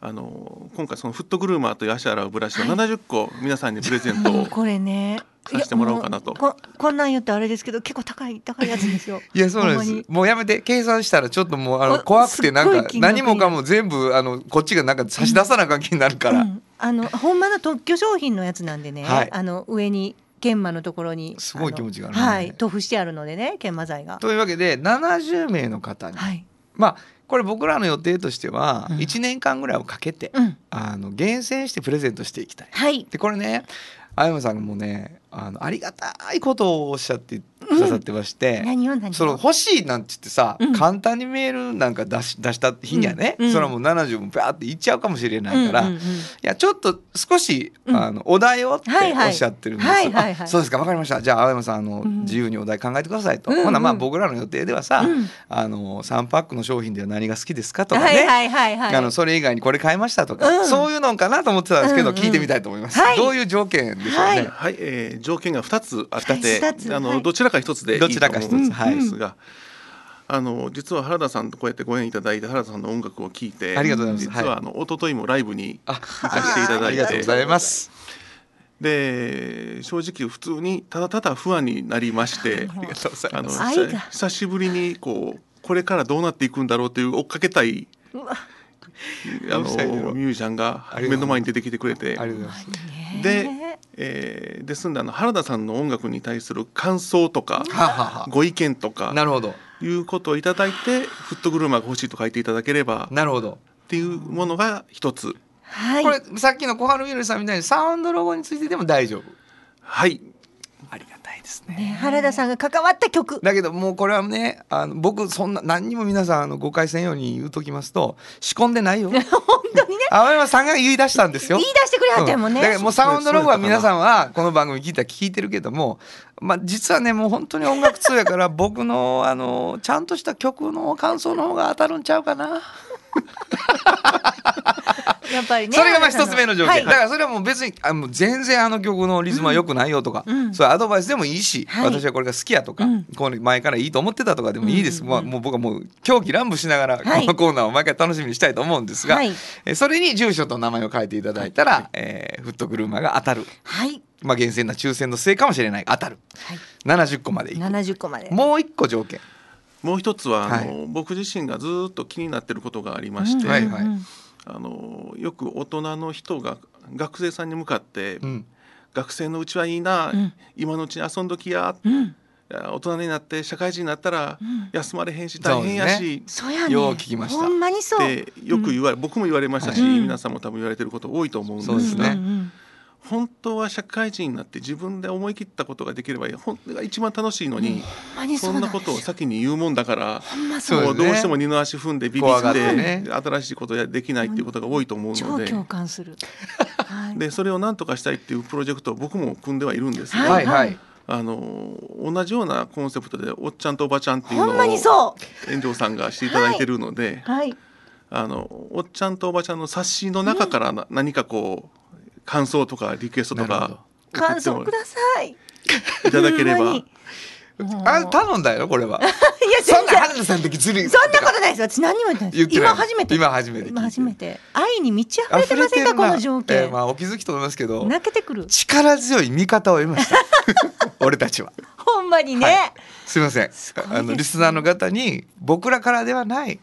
S6: あのー今回そのフットグルーマーという足洗うブラシを70個皆さんにプレゼントを、
S3: も うこれね
S6: 貸してもらおうかなと
S3: いやもうここんなん言ってあれですけど結構高い高いやつですよ
S2: いやそうなん
S3: ほ
S2: で
S3: ます
S2: もうやめて計算したらちょっともうあの
S3: お
S2: 怖くてなん
S3: すっ
S2: か
S3: ごい金額
S2: 何もかも全部あのこっちがなんか差し出さなきゃ気になるから、
S3: にうんあのほんまの特許商品のやつなんでね、
S2: はい
S3: あの上に研磨のところに
S2: すごい気持ちがあるね
S3: のはい塗布してあるのでね研磨剤が
S2: というわけで70名の方に、
S3: はい
S2: まあこれ僕らの予定としては
S3: うん
S2: 1年間ぐらいをかけて、
S3: うん
S2: あの厳選してプレゼントしていきたい。
S3: はい
S2: でこれね青山さんがもうねあのありがたいことをおっしゃってくださってまして。
S3: 何を何を
S2: その欲しいなんて言ってさ、
S3: うん
S2: 簡単にメールなんか出し出した日にはね、
S3: うんうん
S2: それはもう70もバーっていっちゃうかもしれないから、
S3: うんうんうん
S2: いやちょっと少し、
S3: うん
S2: あのお題をって
S3: はいはい
S2: おっしゃってるんです、
S3: はいはいはい
S2: あそうですかわかりましたじゃあ青山さんあの、
S3: うん
S2: 自由にお題考えてくださいと、
S3: うんうん
S2: ほなまあ僕らの予定ではさ、
S3: うん
S2: あの3パックの商品では何が好きですかとかね、
S3: はいはいはいはい
S2: あのそれ以外にこれ買いましたとか、
S3: うん
S2: そういうのかなと思ってたんですけど、
S3: うんうん
S2: 聞いてみたいと思います、
S3: はい
S2: どういう条件でしょうね、
S3: はい
S6: はい、えー条件が2つあって、
S3: 二つ
S6: あの、
S3: はい
S6: どちらか1つでいいと
S2: どちらか一つ
S6: 思うん
S2: はい
S6: ですが、あの実は原田さんとこうやってご縁いただいて原田さんの音楽を聴いて
S2: ありがとうございます
S6: 実はあの、一昨日もライブに
S2: あ
S6: 行かせていただ
S2: あ
S6: い
S2: り
S6: て
S2: がとうございます
S6: で正直普通にただただ不安になりまして
S2: ありがとうござい
S6: あの
S2: ます
S3: 愛が
S6: 久久しぶりにこうこれからどうなっていくんだろうという追っかけたい。あの
S2: うるさいよ
S6: ミュージシャンが
S2: ありがとうございます
S6: 目の前に出てきてくれて
S2: ありがとうございます
S6: で、えーですんであの原田さんの音楽に対する感想とか
S2: はあはあは
S6: ご意見と
S2: あ
S6: か
S2: なるほど
S6: いうことをいただいてフットグルーマーが欲しいと書いていただければっ
S2: なるほど
S6: ていうものが一つ
S3: はい
S2: これさっきの小春みのりさんみたいにサウンドロゴについてでも大丈夫
S6: はい
S2: ありがたいですね
S3: ね原田さんが関わった曲
S2: だけどもうこれはねあの僕そんな何にも皆さんあの誤解せんように言うときますと仕込んで ないよ
S3: 本当にね
S2: 青山さんが言い出したんですよ
S3: 言い出してくれはったんやもんね、
S2: うんだからもうサウンドロゴは皆さんはこの番組聞いたら聞いてるけども、まあ、実はねもう本当に音楽通やから僕のあのちゃんとした曲の感想の方が当たるんちゃうかな、
S3: やっぱりね
S2: それがまあ一つ目の条件、
S3: はい
S2: だからそれはもう別にあもう全然あの曲のリズムは良くないよとか、
S3: うん
S2: そういうアドバイスでもいいし、
S3: はい
S2: 私はこれが好きやとか、
S3: うん
S2: この前からいいと思ってたとかでもいいです、
S3: うん
S2: まあ、もう僕はもう狂喜乱舞しながらこ
S3: はい
S2: のコーナーを毎回楽しみにしたいと思うんですが、
S3: はい
S2: えそれに住所と名前を書いていただいたら、えーフットグルーマーが当たる。
S3: はい
S2: まあ、厳選な抽選のせいかもしれない当たる、
S3: はい
S2: 70個までいく
S3: 70個まで
S2: もう一個条件
S6: もう一つはあの、僕自身がずっと気になってることがありまして、
S2: うんはいはい
S6: あのよく大人の人が学生さんに向かって、
S2: うん
S6: 学生のうちはいいな、
S3: ん
S6: 今のうちに遊んどきや、
S3: うん
S6: 大人になって社会人になったら
S3: ん
S6: 休まれへんし大変や
S2: そう
S6: し、
S3: そうやね
S2: よう聞きました
S3: ほんまにそう
S6: ってよく言われ、僕も言われましたし、
S3: はい
S6: 皆さんも多分言われてること多いと思うんです
S2: そうですね
S3: うんうん
S6: 本当は社会人になって自分で思い切ったことができればいい本当が一番楽しいのに、
S3: ほんまにそ
S6: そ
S3: うんん
S6: な
S3: です
S6: ことを先に言うもんだから。
S3: ほんま
S2: そ
S3: そうう
S2: ですね
S6: もうどうしても二の足踏んでビビ
S2: 怖が
S6: っ
S2: って
S6: て
S2: ね
S6: 新しいことやできないっていうことが多いと思うの
S3: 超
S6: で
S3: 共感するはい
S6: でそれを何とかしたいっていうプロジェクトを僕も組んではいるんです
S3: はい
S6: が、
S3: はい
S6: あの同じようなコンセプトでおっちゃんとおばちゃんっていう
S3: ほ
S6: の
S3: ん
S6: を
S3: まにそ
S6: 遠藤さんがしていただいてるので、
S3: うはい
S6: あのおっちゃんとおばちゃんの冊子の中からな、何かこう感想とかリクエストと
S2: なるほ
S6: か
S3: 感想ください。
S6: いただけれ
S3: ほんま
S6: ば
S3: に
S2: あ頼んだよこれは
S3: いや
S2: そん
S3: 全
S2: な
S3: 然
S2: 原田さんの時ずるい
S3: そんなことないです。私何にも言ってない
S2: 言っ
S3: です。
S2: てない
S3: 今初めて。
S2: 今初めて聞いて
S3: 今初めて。愛に満ち溢れてません
S2: 溢
S3: か
S2: れてるな
S3: この情景、
S2: えーまあお気づきと思いますけど
S3: 泣けてくる。
S2: 力強い味方を得ました 俺たちは
S3: ほんまにね。
S2: はすいません
S3: ごいですね
S2: あのリスナーの方に僕らからではない、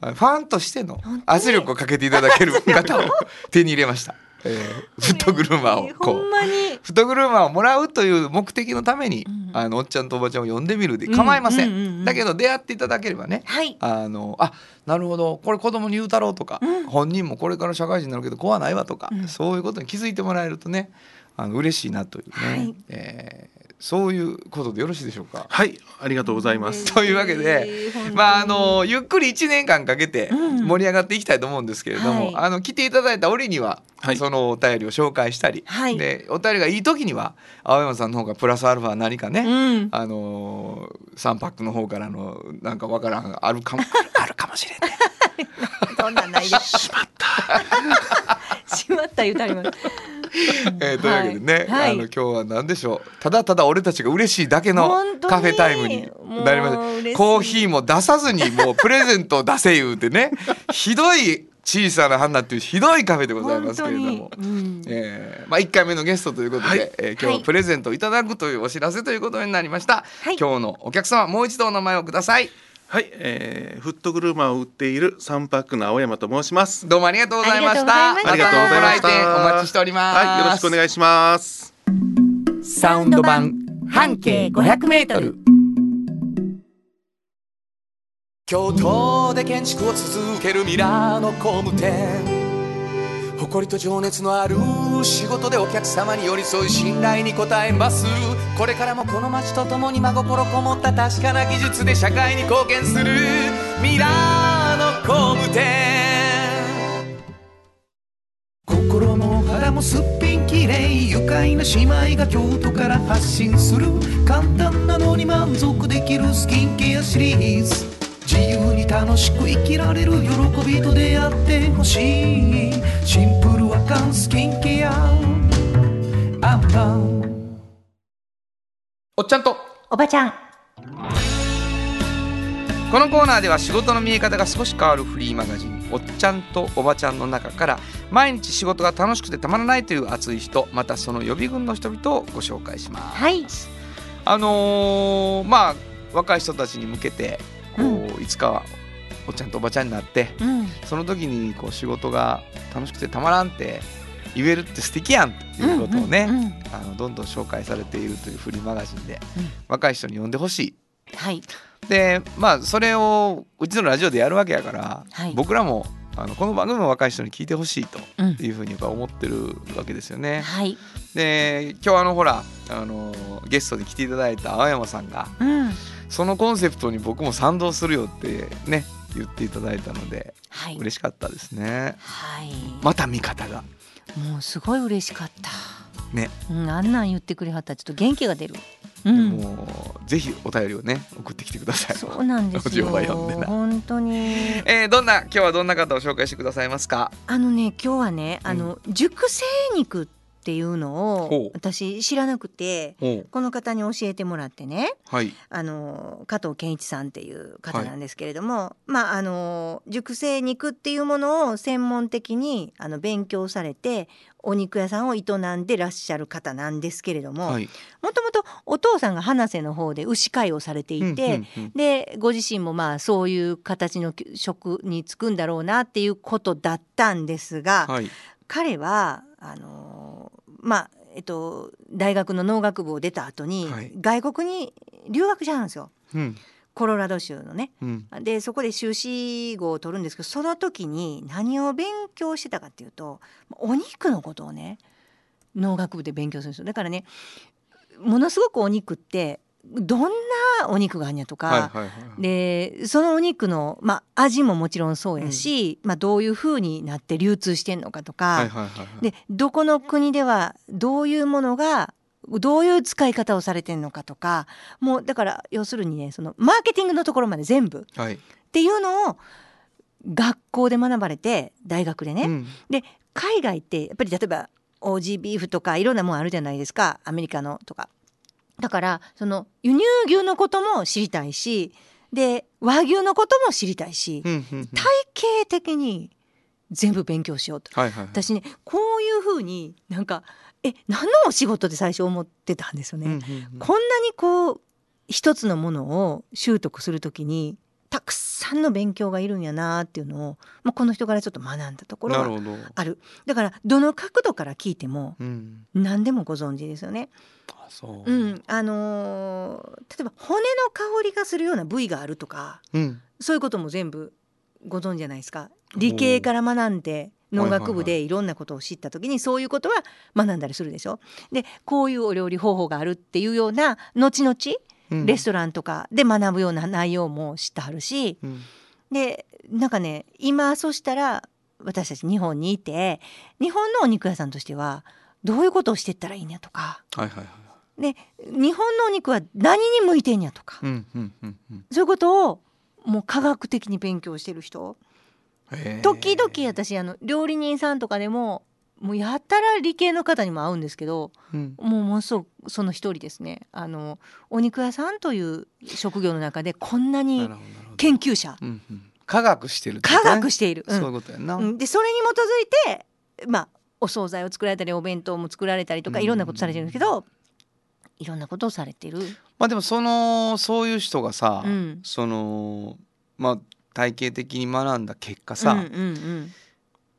S2: ファンとしての圧力をかけていただける方を手に入れました、えー、フットグルーマーをこ
S3: ほ
S2: うん
S3: まに。
S2: フットグルーマーをもらうという目的のために、あのおっちゃんとおばちゃんを呼んでみるで構いません,、
S3: うんうんうんうん
S2: だけど出会っていただければね、
S3: はい。
S2: あのあなるほどこれ子供に言うたろうとか、本人もこれから社会人になるけど怖ないわとか、そういうことに気づいてもらえるとねあの嬉しいなというね、
S3: はい
S2: えーそういうことでよろしいでしょうか。
S6: はいありがとうございます
S2: というわけ
S3: え
S2: で
S3: ー本当、に
S2: まああのゆっくり1年間かけて
S3: うん
S2: 盛り上がっていきたいと思うんですけれども、
S3: はい
S2: あの来ていただいた折には、
S6: はい
S2: そのお便りを紹介したり、
S3: はい
S2: でお便りがいい時には青山さんの方がプラスアルファ何かね、
S3: うん。
S2: あのー、3パックの方からのなんかわからんあるかもあるかもしれんね。
S3: そんなんな いです。しまった。 しまった言うたります。
S2: えーというわけでね、
S3: はいはい
S2: あの今日は何でしょうただただ俺たちが嬉しいだけの
S3: 本当に
S2: カフェタイムになりま
S3: もう
S2: し
S3: 嬉
S2: た
S3: しい
S2: コーヒーも出さずにもうプレゼントを出せ言うて ねひどい小さな花っていうひどいカフェでございますけれども
S3: 本。当に。うん
S2: えーまあ、1回目のゲストということで、
S6: はい
S2: えー今日はプレゼントをいただくというお知らせということになりました、
S3: はい
S2: 今日のお客様もう一度お名前をください
S6: はい、えー、フットグルーマーを売っているサンパックの青山と申します
S2: どうもありがとうございました。
S3: あり
S6: がとうございました
S2: またご来店お待ちしております。
S6: はいよろしくお願いします
S2: サウンド版半径500メートル。
S4: 京都で建築を続けるミラーの工務店誇りと情熱のある仕事でお客様に寄り添い信頼に応えますこれからもこの街とともに真心こもった確かな技術で社会に貢献するミラーの工務店心も肌もすっぴんきれい愉快な姉妹が京都から発信する簡単なのに満足できるスキンケアシリーズ自由に楽しく生きられる喜びと出会ってほしいシンプルアカンスキンケアアンパン
S2: おっちゃんと。
S1: おばちゃん
S2: このコーナーでは仕事の見え方が少し変わるフリーマガジン「おっちゃんとおばちゃん」の中から毎日仕事が楽しくてたまらないという熱い人またその予備軍の人々をご紹介します。
S1: はい
S2: あのーまあ若い人たちに向けてこう、いつかはおっちゃんとおばちゃんになって
S3: うん。
S2: その時にこう仕事が楽しくてたまらんって言えるって素敵やんっていうことをね、
S3: うんうん
S2: あのどんどん紹介されているというフリーマガジンで、
S3: うん
S2: 若い人に呼んでほし
S3: はい。
S2: いでまあそれをうちのラジオでやるわけやから、
S3: はい
S2: 僕らもあのこの番組も若い人に聞いてほしいと
S3: うん
S2: いうふうにやっぱ思ってるわけですよね。
S3: はい。
S2: で今日あのほらあのゲストに来ていただいた青山さんが
S3: うん。
S2: そのコンセプトに僕も賛同するよってね言っていただいたので
S3: はい。
S2: 嬉しかったですね。
S3: はい。
S2: また味方が
S3: もうすごい嬉しかった。
S2: ね、
S3: うん、あんなん言ってくれはったらちょっと元気が出る。うん。
S2: もうぜひお便りをね送ってきてください。
S3: そうなんですよ。
S2: お嬢は呼んでな
S3: 本 当に。
S2: えー、どんな今日はどんな方を紹介してくださいますか。
S3: あのね、今日はね、あの、熟成肉っていうの
S2: ほう
S3: を私知らなくて。この方に教えてもらってね、
S2: はい。
S3: あの加藤健一さんっていう方なんですけれども、まああの熟成肉っていうものを専門的にあの勉強されてお肉屋さんを営んでらっしゃる方なんですけれども、
S2: はい。
S3: もともとお父さんが花瀬の方で牛飼いをされていて、
S2: うんうんうん
S3: でご自身もまあそういう形の職に就くんだろうなっていうことだったんですが、
S2: はい。
S3: 彼はあのーまあえっと大学の農学部を出た後に、
S2: はい
S3: 外国に留学したんですよ
S2: うん。
S3: コロラド州のね。
S2: うん。
S3: でそこで修士号を取るんですけどその時に何を勉強してたかっていうとお肉のことをね農学部で勉強するんですよだからねものすごくお肉ってどんなお肉があるんやとか、
S2: はいはいはい。
S3: でそのお肉の、まあ、味ももちろんそうやし、まあ、どういうふうになって流通してんのかとか、
S2: はいはいはいはい。
S3: でどこの国ではどういうものがどういう使い方をされてんのかとかもうだから要するにねそのマーケティングのところまで全部
S2: はい。
S3: っていうのを学校で学ばれて大学でね、
S2: うん
S3: で海外ってやっぱり例えばオージービーフとかいろんなもんあるじゃないですかアメリカのとか。だからその輸入牛のことも知りたいしで和牛のことも知りたいし、
S2: うんうんうん
S3: 体系的に全部勉強しようと。
S2: はいはいはい
S3: 私ねこういうふうになんかえ何のお仕事で最初思ってたんですよね。
S2: うんうんうん
S3: こんなにこう一つのものを習得するときにたくさんの勉強がいるんやなっていうのを、まあ、この人からちょっと学んだところ
S2: なる
S3: が
S2: ほど。
S3: あるだからどの角度から聞いても
S2: うん。
S3: 何でもご存知ですよね。
S2: あそう。
S3: うんあのー例えば骨の香りがするような部位があるとか
S2: うん。
S3: そういうことも全部ご存知じゃないですか。理系から学んで農学部でいろんなことを知った時にそういうことは学んだりするでしょ。でこういうお料理方法があるっていうような後々
S2: うん
S3: レストランとかで学ぶような内容も知ってはるし
S2: うん
S3: でなんかね今そしたら私たち日本にいて日本のお肉屋さんとしてはどういうことをしてったらいいんやとか
S2: はいはいはい。
S3: で日本のお肉は何に向いてんやとか、
S2: うんうんうんうん。
S3: そういうことをもう科学的に勉強してる人
S2: へー
S3: 時々私あの料理人さんとかでももうやたら理系の方にも会うんですけど
S2: うん
S3: もうものすごくその一人ですねあのお肉屋さんという職業の中でこんな
S2: な
S3: に
S2: るほどなるほど。
S3: 研究者
S2: うんうん。科学してるってことね。
S3: 科学している、うん
S2: そういうことやんな。
S3: うんでそれに基づいてまあお惣菜を作られたりお弁当も作られたりとか
S2: うん
S3: いろんなことされてるんですけどいろんなことをされてる。
S2: まあでもそのそういう人がさ、
S3: うん
S2: そのまあ体系的に学んだ結果
S3: うんう
S2: さ
S3: ん、うん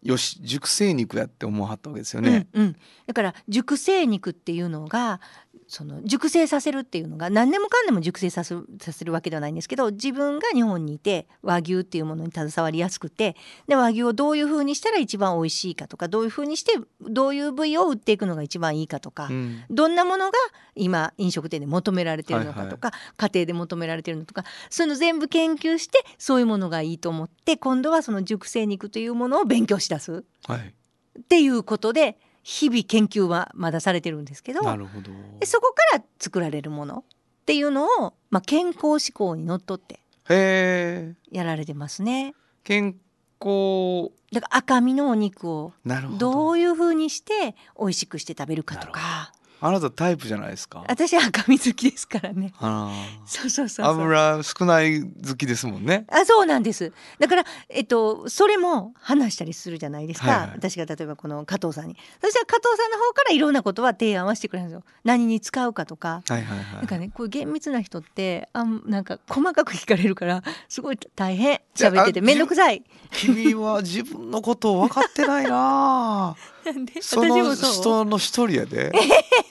S2: よし熟成肉やって思わはったわけですよね。
S3: うんうん、だから熟成肉っていうのがその熟成させるっていうのが何でもかんでも熟成させるさせるわけではないんですけど自分が日本にいて和牛っていうものに携わりやすくてで和牛をどういうふうにしたら一番おいしいかとかどういうふうにしてどういう部位を売っていくのが一番いいかとか、
S2: うん
S3: どんなものが今飲食店で求められてるのかとか、家庭で求められてるのとかそういうの全部研究してそういうものがいいと思って今度はその熟成肉というものを勉強しだす
S2: はい。
S3: っていうことで日々研究はまだされてるんですけど
S2: なるほど。
S3: でそこから作られるものっていうのを、まあ、健康志向にのっとって
S2: へえ。
S3: やられてますね。
S2: 健康
S3: だから赤身のお肉を
S2: なるほど。
S3: どういうふうにして美味しくして食べるかとか
S2: あなたタイプじゃないですか。
S3: 私赤身好きですからね。
S2: あら
S3: そうそうそうそう
S2: 油少ない好きですもんね。
S3: あそうなんですだから、えっと、それも話したりするじゃないですか、
S2: はいはい
S3: 私が例えばこの加藤さんにそしたら加藤さんの方からいろんなことは提案はしてくれるんですよ何に使うかとか。
S2: はいはいはい。
S3: なんかね、こういう厳密な人ってあんなんか細かく聞かれるからすごい大変喋ってて
S2: あ
S3: 面倒くさい
S2: 君は自分のことを分かってないなあ。
S3: なんで私
S2: その
S3: もそう
S2: 人の一人やで。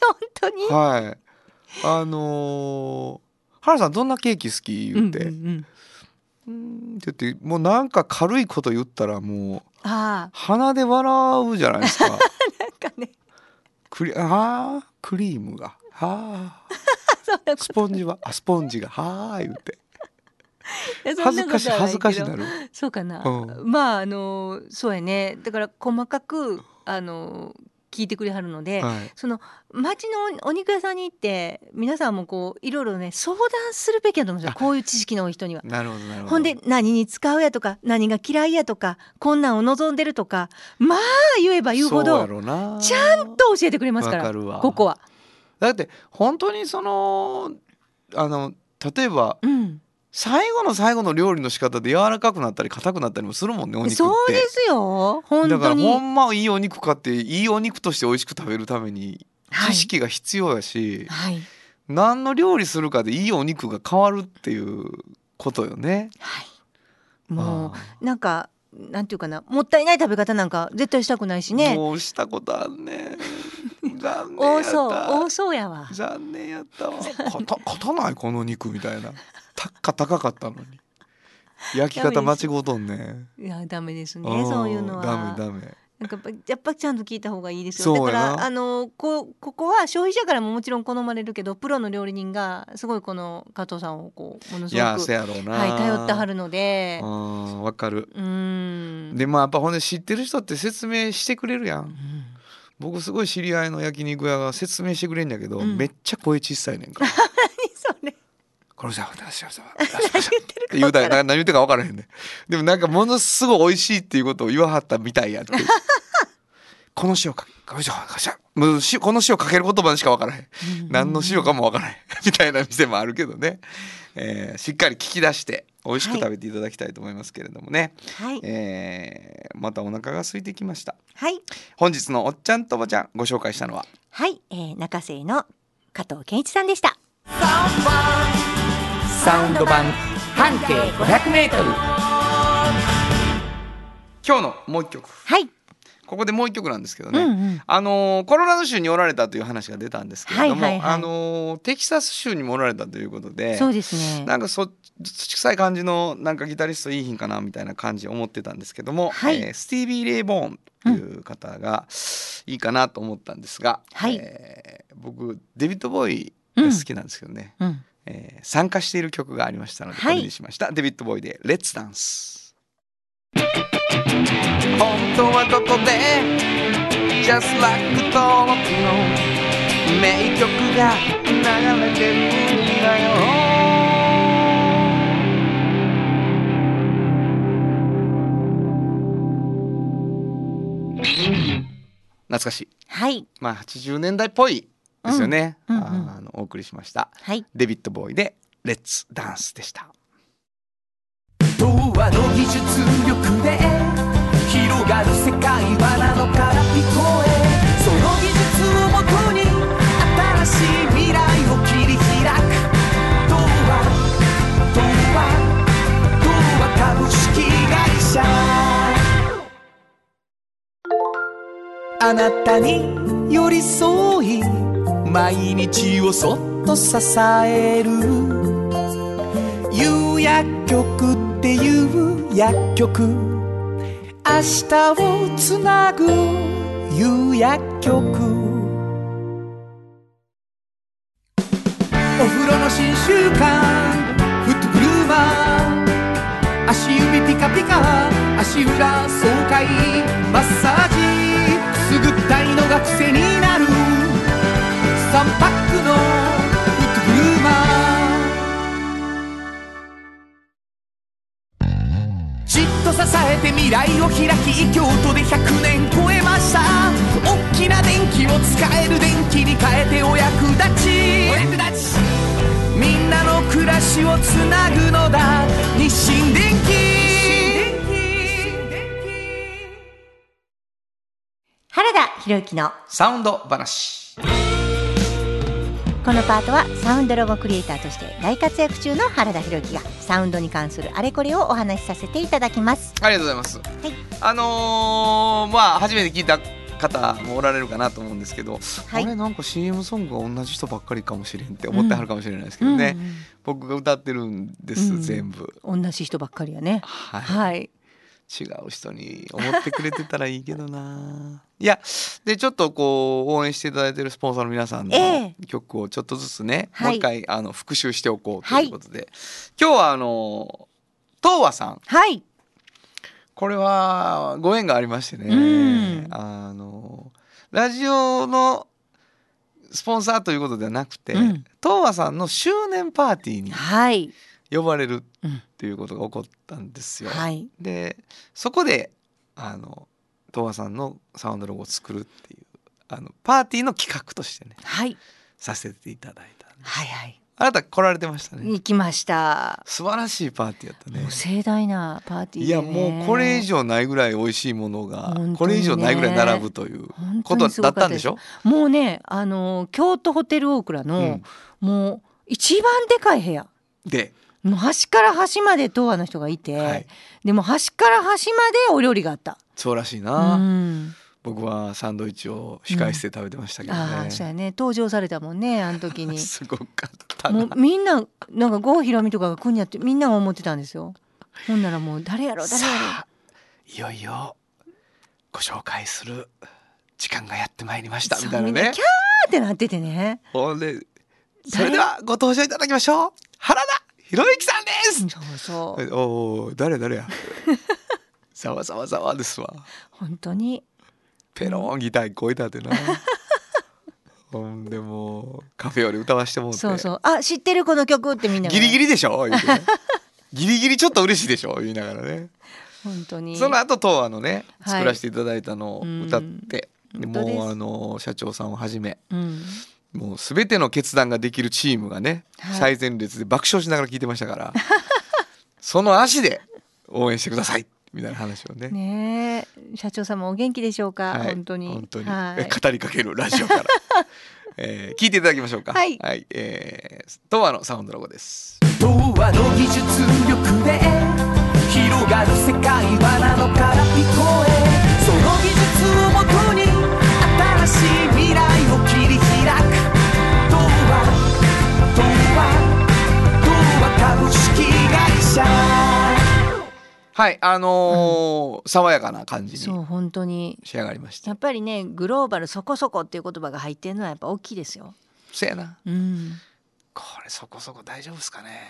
S3: 本当に、
S2: はい。あのー、原さんどんなケーキ好き
S3: う
S2: 言っ
S3: んうん
S2: て、
S3: うん、
S2: うんって言ってもうなんか軽いこと言ったらもう
S3: あ
S2: 鼻で笑うじゃないです か。
S3: あなんかね
S2: クリあークリームがは
S3: そんな
S2: あスポンジはあスポンジがはあ言って
S3: こと
S2: 恥ずかしい
S3: そんなことはな
S2: 恥ずかし
S3: けど
S2: なる。
S3: そうかな、
S2: う
S3: まああのそうやねだから細かくあの聞いてくれはるので、
S2: はい。
S3: その町のおお肉屋さんに行って皆さんもこういろいろね相談するべきだと思うんですよこういう知識の多い人には。
S2: なるほどなるほど。
S3: ほんで何に使うやとか何が嫌いやとかこんなんを望んでるとかまあ言えば言うほ
S2: そうや
S3: ど
S2: ろな
S3: ちゃんと教えてくれますか
S2: わからるわ
S3: ここは。
S2: だって本当にそのあの例えば
S3: うん、
S2: 最後の最後の料理の仕方で柔らかくなったり硬くなったりもするもんねお肉って
S3: そうですよ本
S2: だか
S3: 当
S2: ら
S3: に。
S2: ほんまいいお肉買っていいお肉として美味しく食べるために
S3: はい
S2: 知識が必要やし、
S3: はい
S2: 何の料理するかでいいお肉が変わるっていうことよね。
S3: はい、も
S2: あ
S3: うなんかなんていうかなもったいない食べ方なんか絶対したくないし
S2: ー
S3: ね。
S2: もうしたことあんね ん残念やっ
S3: 多
S2: た
S3: そう多そうやわ。
S2: 残念やったわ勝た勝たないこの肉みたいなたっか高かったのに焼き方間違うとんねん
S3: いやダメですね
S2: ん
S3: そういうのは。
S2: ダメダメ
S3: なんかやっぱやっぱちゃんと聞いた方がいいですよ。だ
S2: そう
S3: か
S2: やな
S3: らあのこここは消費者からももちろん好まれるけどプロの料理人がすごいこの加藤さんをこうもの
S2: い
S3: すごく
S2: や
S3: は
S2: せ
S3: い
S2: やろうな、
S3: 頼ってはるので
S2: う、んわかる
S3: うー ん。
S2: でまあやっぱほんで知ってる人って説明してくれるやん僕すごい知り合いの焼肉屋が説明してくれんやけど、
S3: うん
S2: めっちゃ声小さいねんから
S3: 何それ
S2: これさ私はさ私は私はって言うたらな何言ってるか分からへんねんでもなんかものすごい美味しいっていうことを言わはったみたいやってこの塩かけよいしょよいしょもうしこの詩をかける言葉でしかわからへん何の詩をかもわからへんみたいな店もあるけどね、えーしっかり聞き出して美味しく食べていただきたいと思いますけれどもね、
S3: はい
S2: えーまたお腹が空いてきました
S3: はい
S2: 本日のおっちゃんとおばちゃんご紹介したのは
S1: はい、えー、中瀬の加藤健一さんでした
S4: サウンド版半径 500m
S2: 今日のもう一曲
S1: はい、
S2: ここでもう一曲なんですけどね、
S1: うんうん
S2: あのーコロラド州におられたという話が出たんですけれども、
S1: はいはいはい
S2: あのーテキサス州にもおられたということで
S1: そうですね
S2: なんかそ土臭い感じのなんかギタリストいい品かなみたいな感じ思ってたんですけども、
S1: はい
S2: えースティービー・レイ・ボーンという方がいいかなと思ったんですが、
S1: はい
S2: えー僕デビッド・ボーイが好きなんですけどね、
S1: うん、
S2: えー参加している曲がありましたのでこ
S1: はい
S2: れにしました、デビッド・ボーイで「レッツ・ダンス」。
S4: 本当はここで Just like 登録の名曲が流れてるんだよ
S2: 懐かしい
S1: はい
S2: まあ80年代っぽいですよね、
S1: うんうんうん
S2: あーあのお送りしました
S1: はい
S2: デビッド・ボーイで「レッツ・ダンス」でした
S4: 童話の技術力で広がる世界はなのから聞こえその技術をもとに新しい未来を切り開く童話童話童話株式会社あなたに寄り添い毎日をそっと支える釉薬局っていう薬局明日をつなぐ釉薬局お風呂の新習慣フットグルーマー足指ピカピカ足裏爽快マッサージくすぐったいのが癖になる3パックのフットグルーマーじっと支えて未来を開き京都で100年超えました大きな電気を使える電気に変えてお役立ちお役立ちみんなの暮らしをつなぐのだ日清電気
S1: 原田博之の
S2: サウンド話
S1: このパートはサウンドロゴクリエイターとして大活躍中の原田博之がサウンドに関するあれこれをお話しさせていただきます
S2: ありがとうございます、
S1: い
S2: あのーまあ初めて聞いた方もおられるかなと思うんですけど、
S1: はい
S2: あれなんか CM ソングは同じ人ばっかりかもしれんって思ってはるかもしれないですけどね、僕が歌ってるんです、
S3: うん
S2: 全部
S3: 同じ人ばっかりやね
S2: はい、
S3: はい
S2: 違う人に思ってくれてたらいいけどな いやでちょっとこう応援していただいてるスポンサーの皆さんの
S1: え
S2: 曲をちょっとずつね、
S1: はい
S2: もう一回あの復習しておこうということで、今日はあの東和さん
S3: はい
S2: これはご縁がありましてね、
S3: うん
S2: あのラジオのスポンサーということではなくて、
S3: うん
S2: 東和さんの周年パーティーに
S3: はい
S2: 呼ばれる
S3: うん
S2: っていうことが起こったんですよ。
S3: はい
S2: でそこであの東和さんのサウンドロゴを作るっていうあのパーティーの企画としてね
S3: はい
S2: させていただいた
S3: はいはい
S2: あなた来られてましたね
S3: 行きました
S2: 素晴らしいパーティーやったね
S3: もう盛大なパーティー
S2: い
S3: で
S2: や
S3: ね
S2: もうこれ以上ないぐらい美味しいものが、
S3: 本当にね
S2: これ以上ないぐらい並ぶという
S3: 本当
S2: こ
S3: に
S2: と
S3: す
S2: だ
S3: ご
S2: っ
S3: か
S2: たんでし
S3: す
S2: ょ
S3: もうねあの京都ホテルオークラの、もう一番でかい部屋
S2: で、
S3: もう端から端まで東亜の人がいて、
S2: はい、
S3: でも端から端までお料理があった。
S2: そうらしいうな、
S3: ん、
S2: 僕はサンドイッチを控室で食べてましたけどね、
S3: ああそうやね登場されたもんねあの 時に。
S2: すごかった
S3: も
S2: な
S3: うみんななんか郷ひろみとかが来んやってみんなが思ってたんですよ。ほんならもう誰やろ誰
S2: さ
S3: や
S2: あいよいよご紹介する時間がやってまいりました
S3: ろ。
S2: みたいな
S3: そうみん
S2: ね
S3: キャーってなっててね。
S2: ほんでそれではご登場いただきましょう原田博之さんです
S3: そうそう
S2: おー誰 誰やざわざわざわですわ
S3: 本当に
S2: ペロンギター超えた ってなほんでもうカフェより歌わしてもうて
S3: そうそうあ知ってるこの曲ってみんながね
S2: ギリギリでしょ言うてねギリギリちょっと嬉しいでしょ言いながらね
S3: 本当に
S2: その後とあのね
S3: はい
S2: 作らせていただいたのを歌って、で
S3: 本当です
S2: もうあの社長さんをはじめ
S3: うん、
S2: もう全ての決断ができるチームがね、
S3: はい
S2: 最前列で爆笑しながら聞いてましたから その足で応援してくださいみたいな話をね
S3: ねえ社長様お元気でしょうか、
S2: はい
S3: 本当に
S2: 本当に、
S3: は
S2: え
S3: い、
S2: 語りかけるラジオ から、えー聞いていただきましょうか
S3: はい
S2: えー、東和のサウンドロゴです
S4: 童話の技術力で広がる世界はなのから聞こえその技術をもとに新しい未来を切り開く童話童話童話株式会社
S2: はいあのー爽やかな感じ
S3: そう
S2: に
S3: 本当に
S2: 仕上がりました
S3: やっぱりねグローバルそこそこっていう言葉が入ってるのはやっぱ大きいですよ。
S2: せやな
S3: うん、
S2: これそこそこ大丈夫ですかね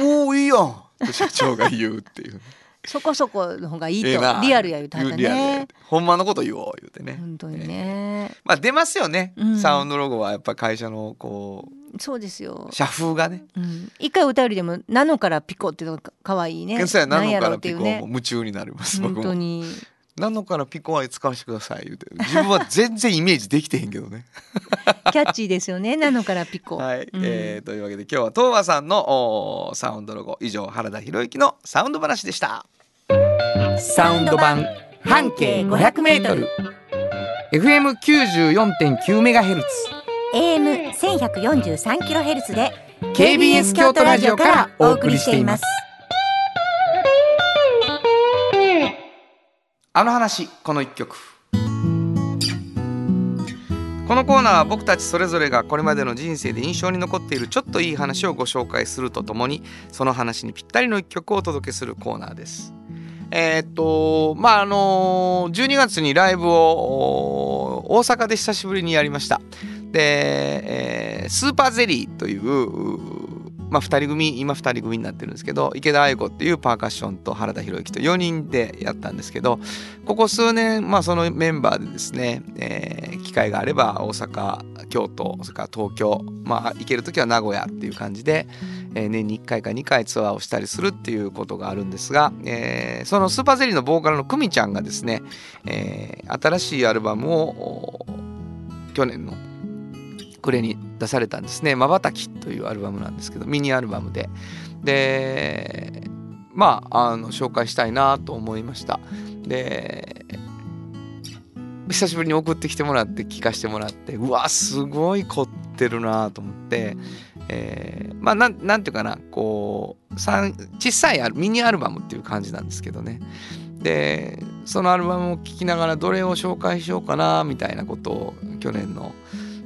S2: おおいいやんと社長が言うっていう
S3: そこそこの方が いいと
S2: ええな
S3: リアルや言うたんだ
S2: リアルや
S3: ね。
S2: ほんまのこと言おう言うてね
S3: 本当にね、
S2: まあ出ますよね、
S3: うん
S2: サウンドロゴはやっぱ会社のこ
S3: そうですよ
S2: う。社風がね
S3: うん、一回歌よりでも「ナノからピコ」っていうのがかわいいね。
S2: そうやな
S3: なん
S2: の
S3: や
S2: か
S3: ろう
S2: ら
S3: ってい
S2: ピ
S3: う
S2: コはもう
S3: ね。
S2: 夢中になります
S3: 本
S2: 僕
S3: 当
S2: も
S3: に
S2: なのからピコは使わせてください言うて自分は全然イメージできてへんけどね
S3: キャッチーですよね「ナノからピ コ」
S2: はい、
S3: うん
S2: えーというわけで今日は東和さんのおーサウンドロゴ以上原田博之のサウンド話でした
S7: サウンド版半径 500mFM94.9 メガヘルツ
S1: AM 1 1 4 3キロヘルツで
S7: KBS 京都ラジオからお送りしています。
S2: あの話この一曲このコーナーは僕たちそれぞれがこれまでの人生で印象に残っているちょっといい話をご紹介するとともにその話にぴったりの一曲をお届けするコーナーです。えーっとまああの12月にライブをお大阪で久しぶりにやりました。で、えースーパーゼリーという、まあ、2人組今2人組になってるんですけど池田愛子っていうパーカッションと原田博之と4人でやったんですけどここ数年、まあ、そのメンバーでですね、えー機会があれば大阪京都それから東京、まあ、行ける時は名古屋っていう感じで、えー年に1回か2回ツアーをしたりするっていうことがあるんですが、えーそのスーパーゼリーのボーカルの久美ちゃんがですね、えー新しいアルバムをお去年の暮れに出されたんですね「まばたき」というアルバムなんですけどミニアルバムででまああの紹介したいなと思いましたで久しぶりに送ってきてもらって聞かせてもらってうわすごい凝ってるなと思って、えーまあなんなんていうかなこうさん小さいアルミニアルバムっていう感じなんですけどねでそのアルバムを聴きながらどれを紹介しようかなみたいなことを去年の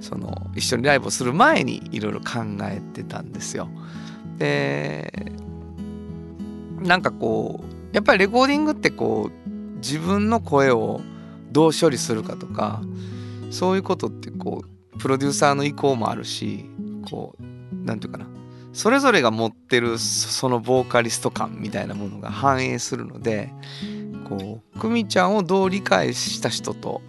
S2: その一緒にライブをする前にいろいろ考えてたんですよ。でなんかこうやっぱりレコーディングってこう自分の声をどう処理するかとかそういうことってこうプロデューサーの意向もあるしこうなんていうかなそれぞれが持ってるそそのボーカリスト感みたいなものが反映するのでこう久美ちゃんをどう理解した人と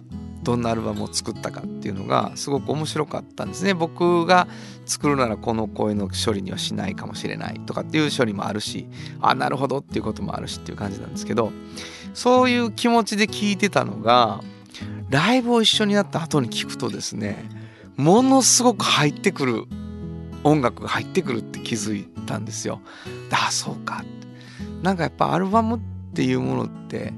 S2: どんなアルバムを作ったかっていうのがすごく面白かったんですね僕が作るならこの声の処理にはしないかもしれないとかっていう処理もあるしあなるほどっていうこともあるしっていう感じなんですけどそういう気持ちで聞いてたのがライブを一緒になった後に聞くとですねものすごく入ってくる音楽が入ってくるって気づいたんですよ。ああそうかってなんかやっぱアルバムっていうものって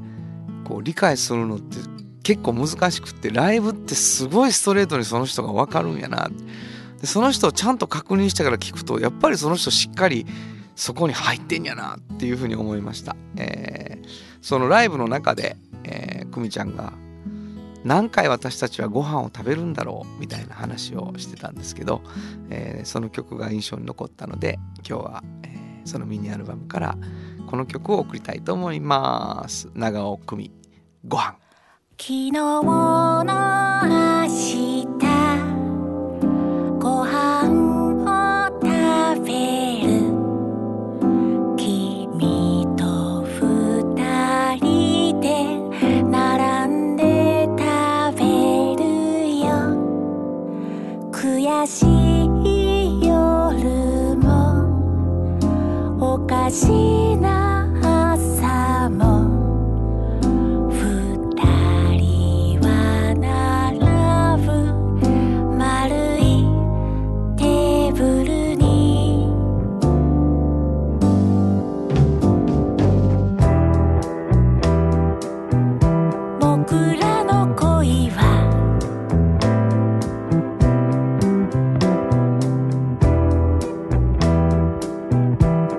S2: こう理解するのって結構難しくってライブってすごいストレートにその人が分かるんやなでその人をちゃんと確認してから聞くとやっぱりその人しっかりそこに入ってんやなっていうふうに思いました、えーそのライブの中で、えー、久美ちゃんが何回私たちはご飯を食べるんだろうみたいな話をしてたんですけど、えーその曲が印象に残ったので今日は、えーそのミニアルバムからこの曲を送りたいと思います長尾久美ご飯
S8: 昨日の明日ご飯を食べる君と二人で並んで食べるよ悔しい夜もおかしな朝も「ふたりは並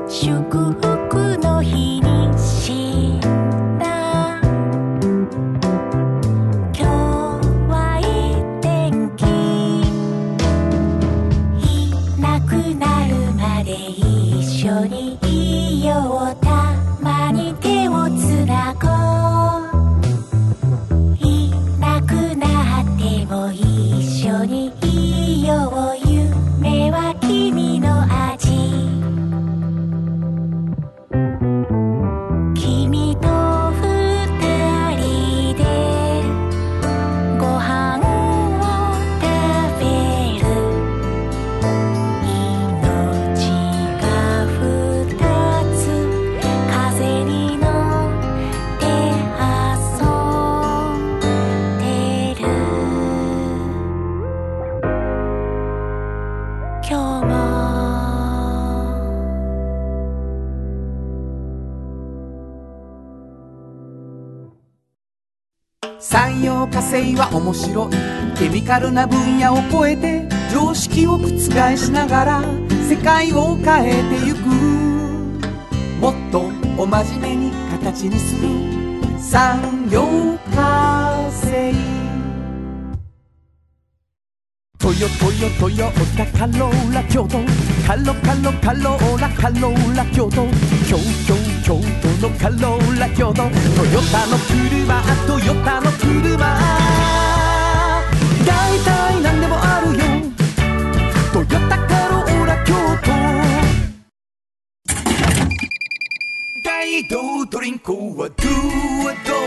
S8: 祝福の日にした」「今日はいい天気」「いなくなるまで一緒にいよう」「たまに手をつなごう」いなくなっても一緒にいよう夢は君の味君と二人でご飯を食べる命が二つ風に乗って遊んてる今日も
S4: 産業化成は面白いケミカルな分野を超えて常識を覆しながら世界を変えてゆくもっとお真面目に形にする産業化成トヨトヨトヨタカローラ京都カロカロカローラカローラ京都京京京都のカローラ京都トヨタの車トヨタの車だいたいなんでもあるよトヨタカローラ京都大道ドリンクはドゥはドゥ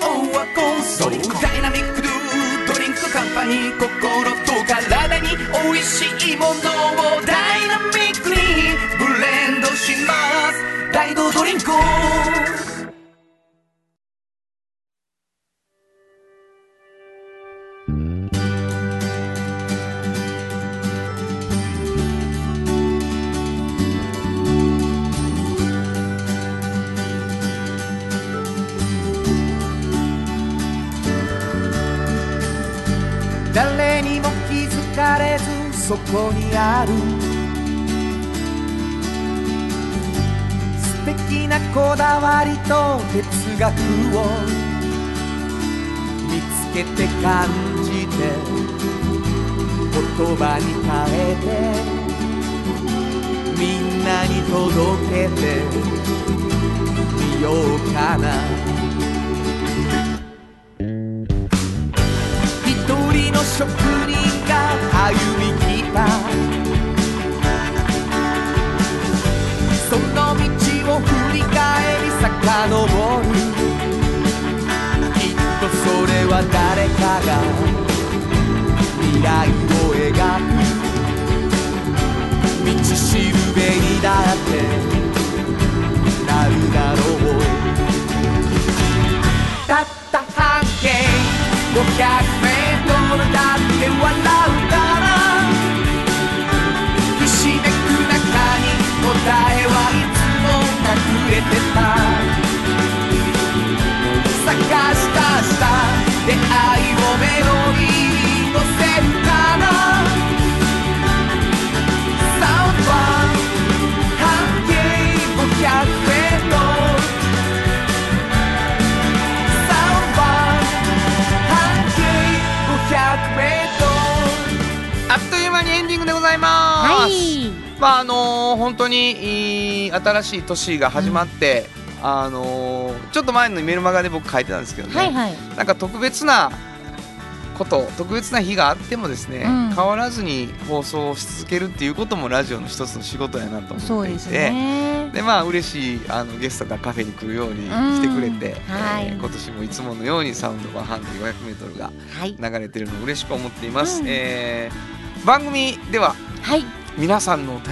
S4: 塩はコンソーダイナミックドゥドリンクカンパニー心と体に美味しいものをダイナミックにブレンドします大道ドリンク誰にも気づかれずそこにある素敵なこだわりと哲学を見つけて感じて言葉に変えてみんなに届けてみようかな一人の職人が歩み来たその道を振り返り遡るきっとそれは誰かが未来を描く道しるべにだってなるだろうたった半径500メートルだって笑うからひしめく中に答えはいつも隠れてた探したした出会いをメロディーに乗せるかなサウンドは半径500メートルサウンド版半径500メートル
S2: あっという間にエンディングでございま
S1: は
S2: す、
S1: い
S2: まああのー本当にいい新しい年が始まって、あのーちょっと前のメルマガで僕書いてたんですけどね、
S1: はいはい
S2: なんか特別なこと特別な日があってもですね、
S3: うん
S2: 変わらずに放送し続けるっていうこともラジオの一つの仕事やなと
S3: そ
S2: 思っ
S3: う
S2: てい
S3: で
S2: て
S3: すね。
S2: でまあ嬉しいあのゲストがカフェに来るようにしてくれて、
S1: うんはい
S2: えー今年もいつものようにサウンド版半径 500m が
S1: はい
S2: 流れてるのを嬉しく思っています、
S1: うん
S2: えー番組では
S1: はい
S2: 皆さんのお便り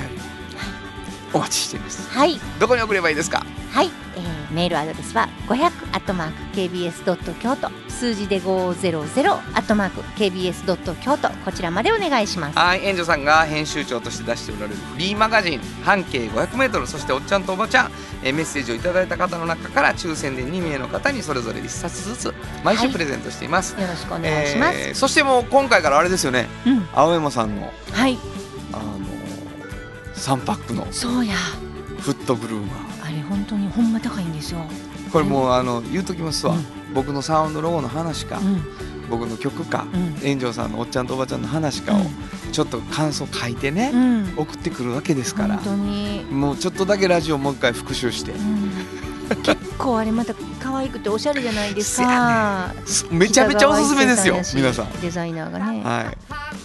S2: をお待ちしています
S1: はい
S2: どこに送ればいいですか
S1: はい、えー、メールアドレスは500アットマーク KBS ドット京都数字で500アットマーク KBS ドット京都こちらまでお願いします。
S2: はい園長さんが編集長として出しておられるフリーマガジン半径 500m そしておっちゃんとおばちゃん、えーメッセージをいただいた方の中から抽選で2名の方にそれぞれ1冊ずつ毎週
S1: はい
S2: プレゼントしています、
S1: よろしくお願いします。
S2: えーそしてもう今回からあれですよね
S1: うん、
S2: 青山さんの
S3: はい。
S2: あの3パックの
S8: そうや
S2: フットブルーマー
S8: あれ本当にほんま高いんですよ
S2: これもうあの言うときますわ、僕のサウンドロゴの話か、
S8: う
S2: 僕の曲か、
S8: うん
S2: 炎上さんのおっちゃんとおばちゃんの話かをちょっと感想書いてね、
S8: んうん
S2: 送ってくるわけですから
S8: 本当に、
S2: もうちょっとだけラジオもう一回復習して
S8: うん、結構あれまた可愛くておしゃれじゃないです
S2: せ
S8: か、
S2: めちゃめちゃおすすめですよ
S8: 北川
S2: 皆
S8: 愛
S2: さ
S8: 生
S2: ん
S8: やしデザイナーがね
S2: はい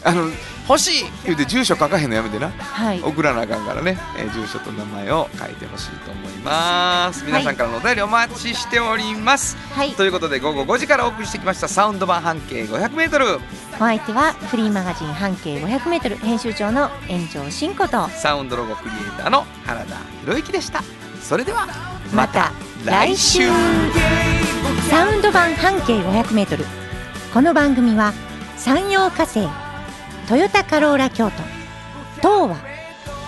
S2: あの欲しい言うて住所書かへんのやめてな
S8: はい
S2: 送らなあかんからね、えー住所と名前を書いてほしいと思います皆さんからのお便りお待ちしております、
S8: はい
S2: ということで午後5時からお送りしてきましたサウンド版半径 500m
S8: お相手はフリーマガジン半径 500m 編集長の炎上真子と
S2: サウンドロゴクリエイターの原田博之でしたそれでは
S8: また来週サウンド版半径 500m この番組は山陽火星トヨタカローラ京都東和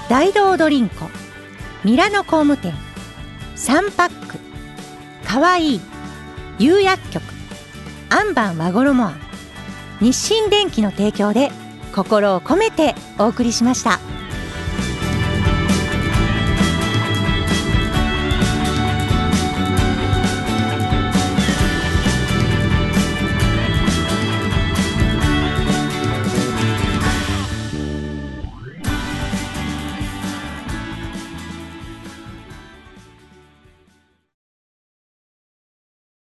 S8: 大道ドリンコミラノ工務店サンパックかわいい釉薬局アンバン和衣庵日清電機の提供で心を込めてお送りしました。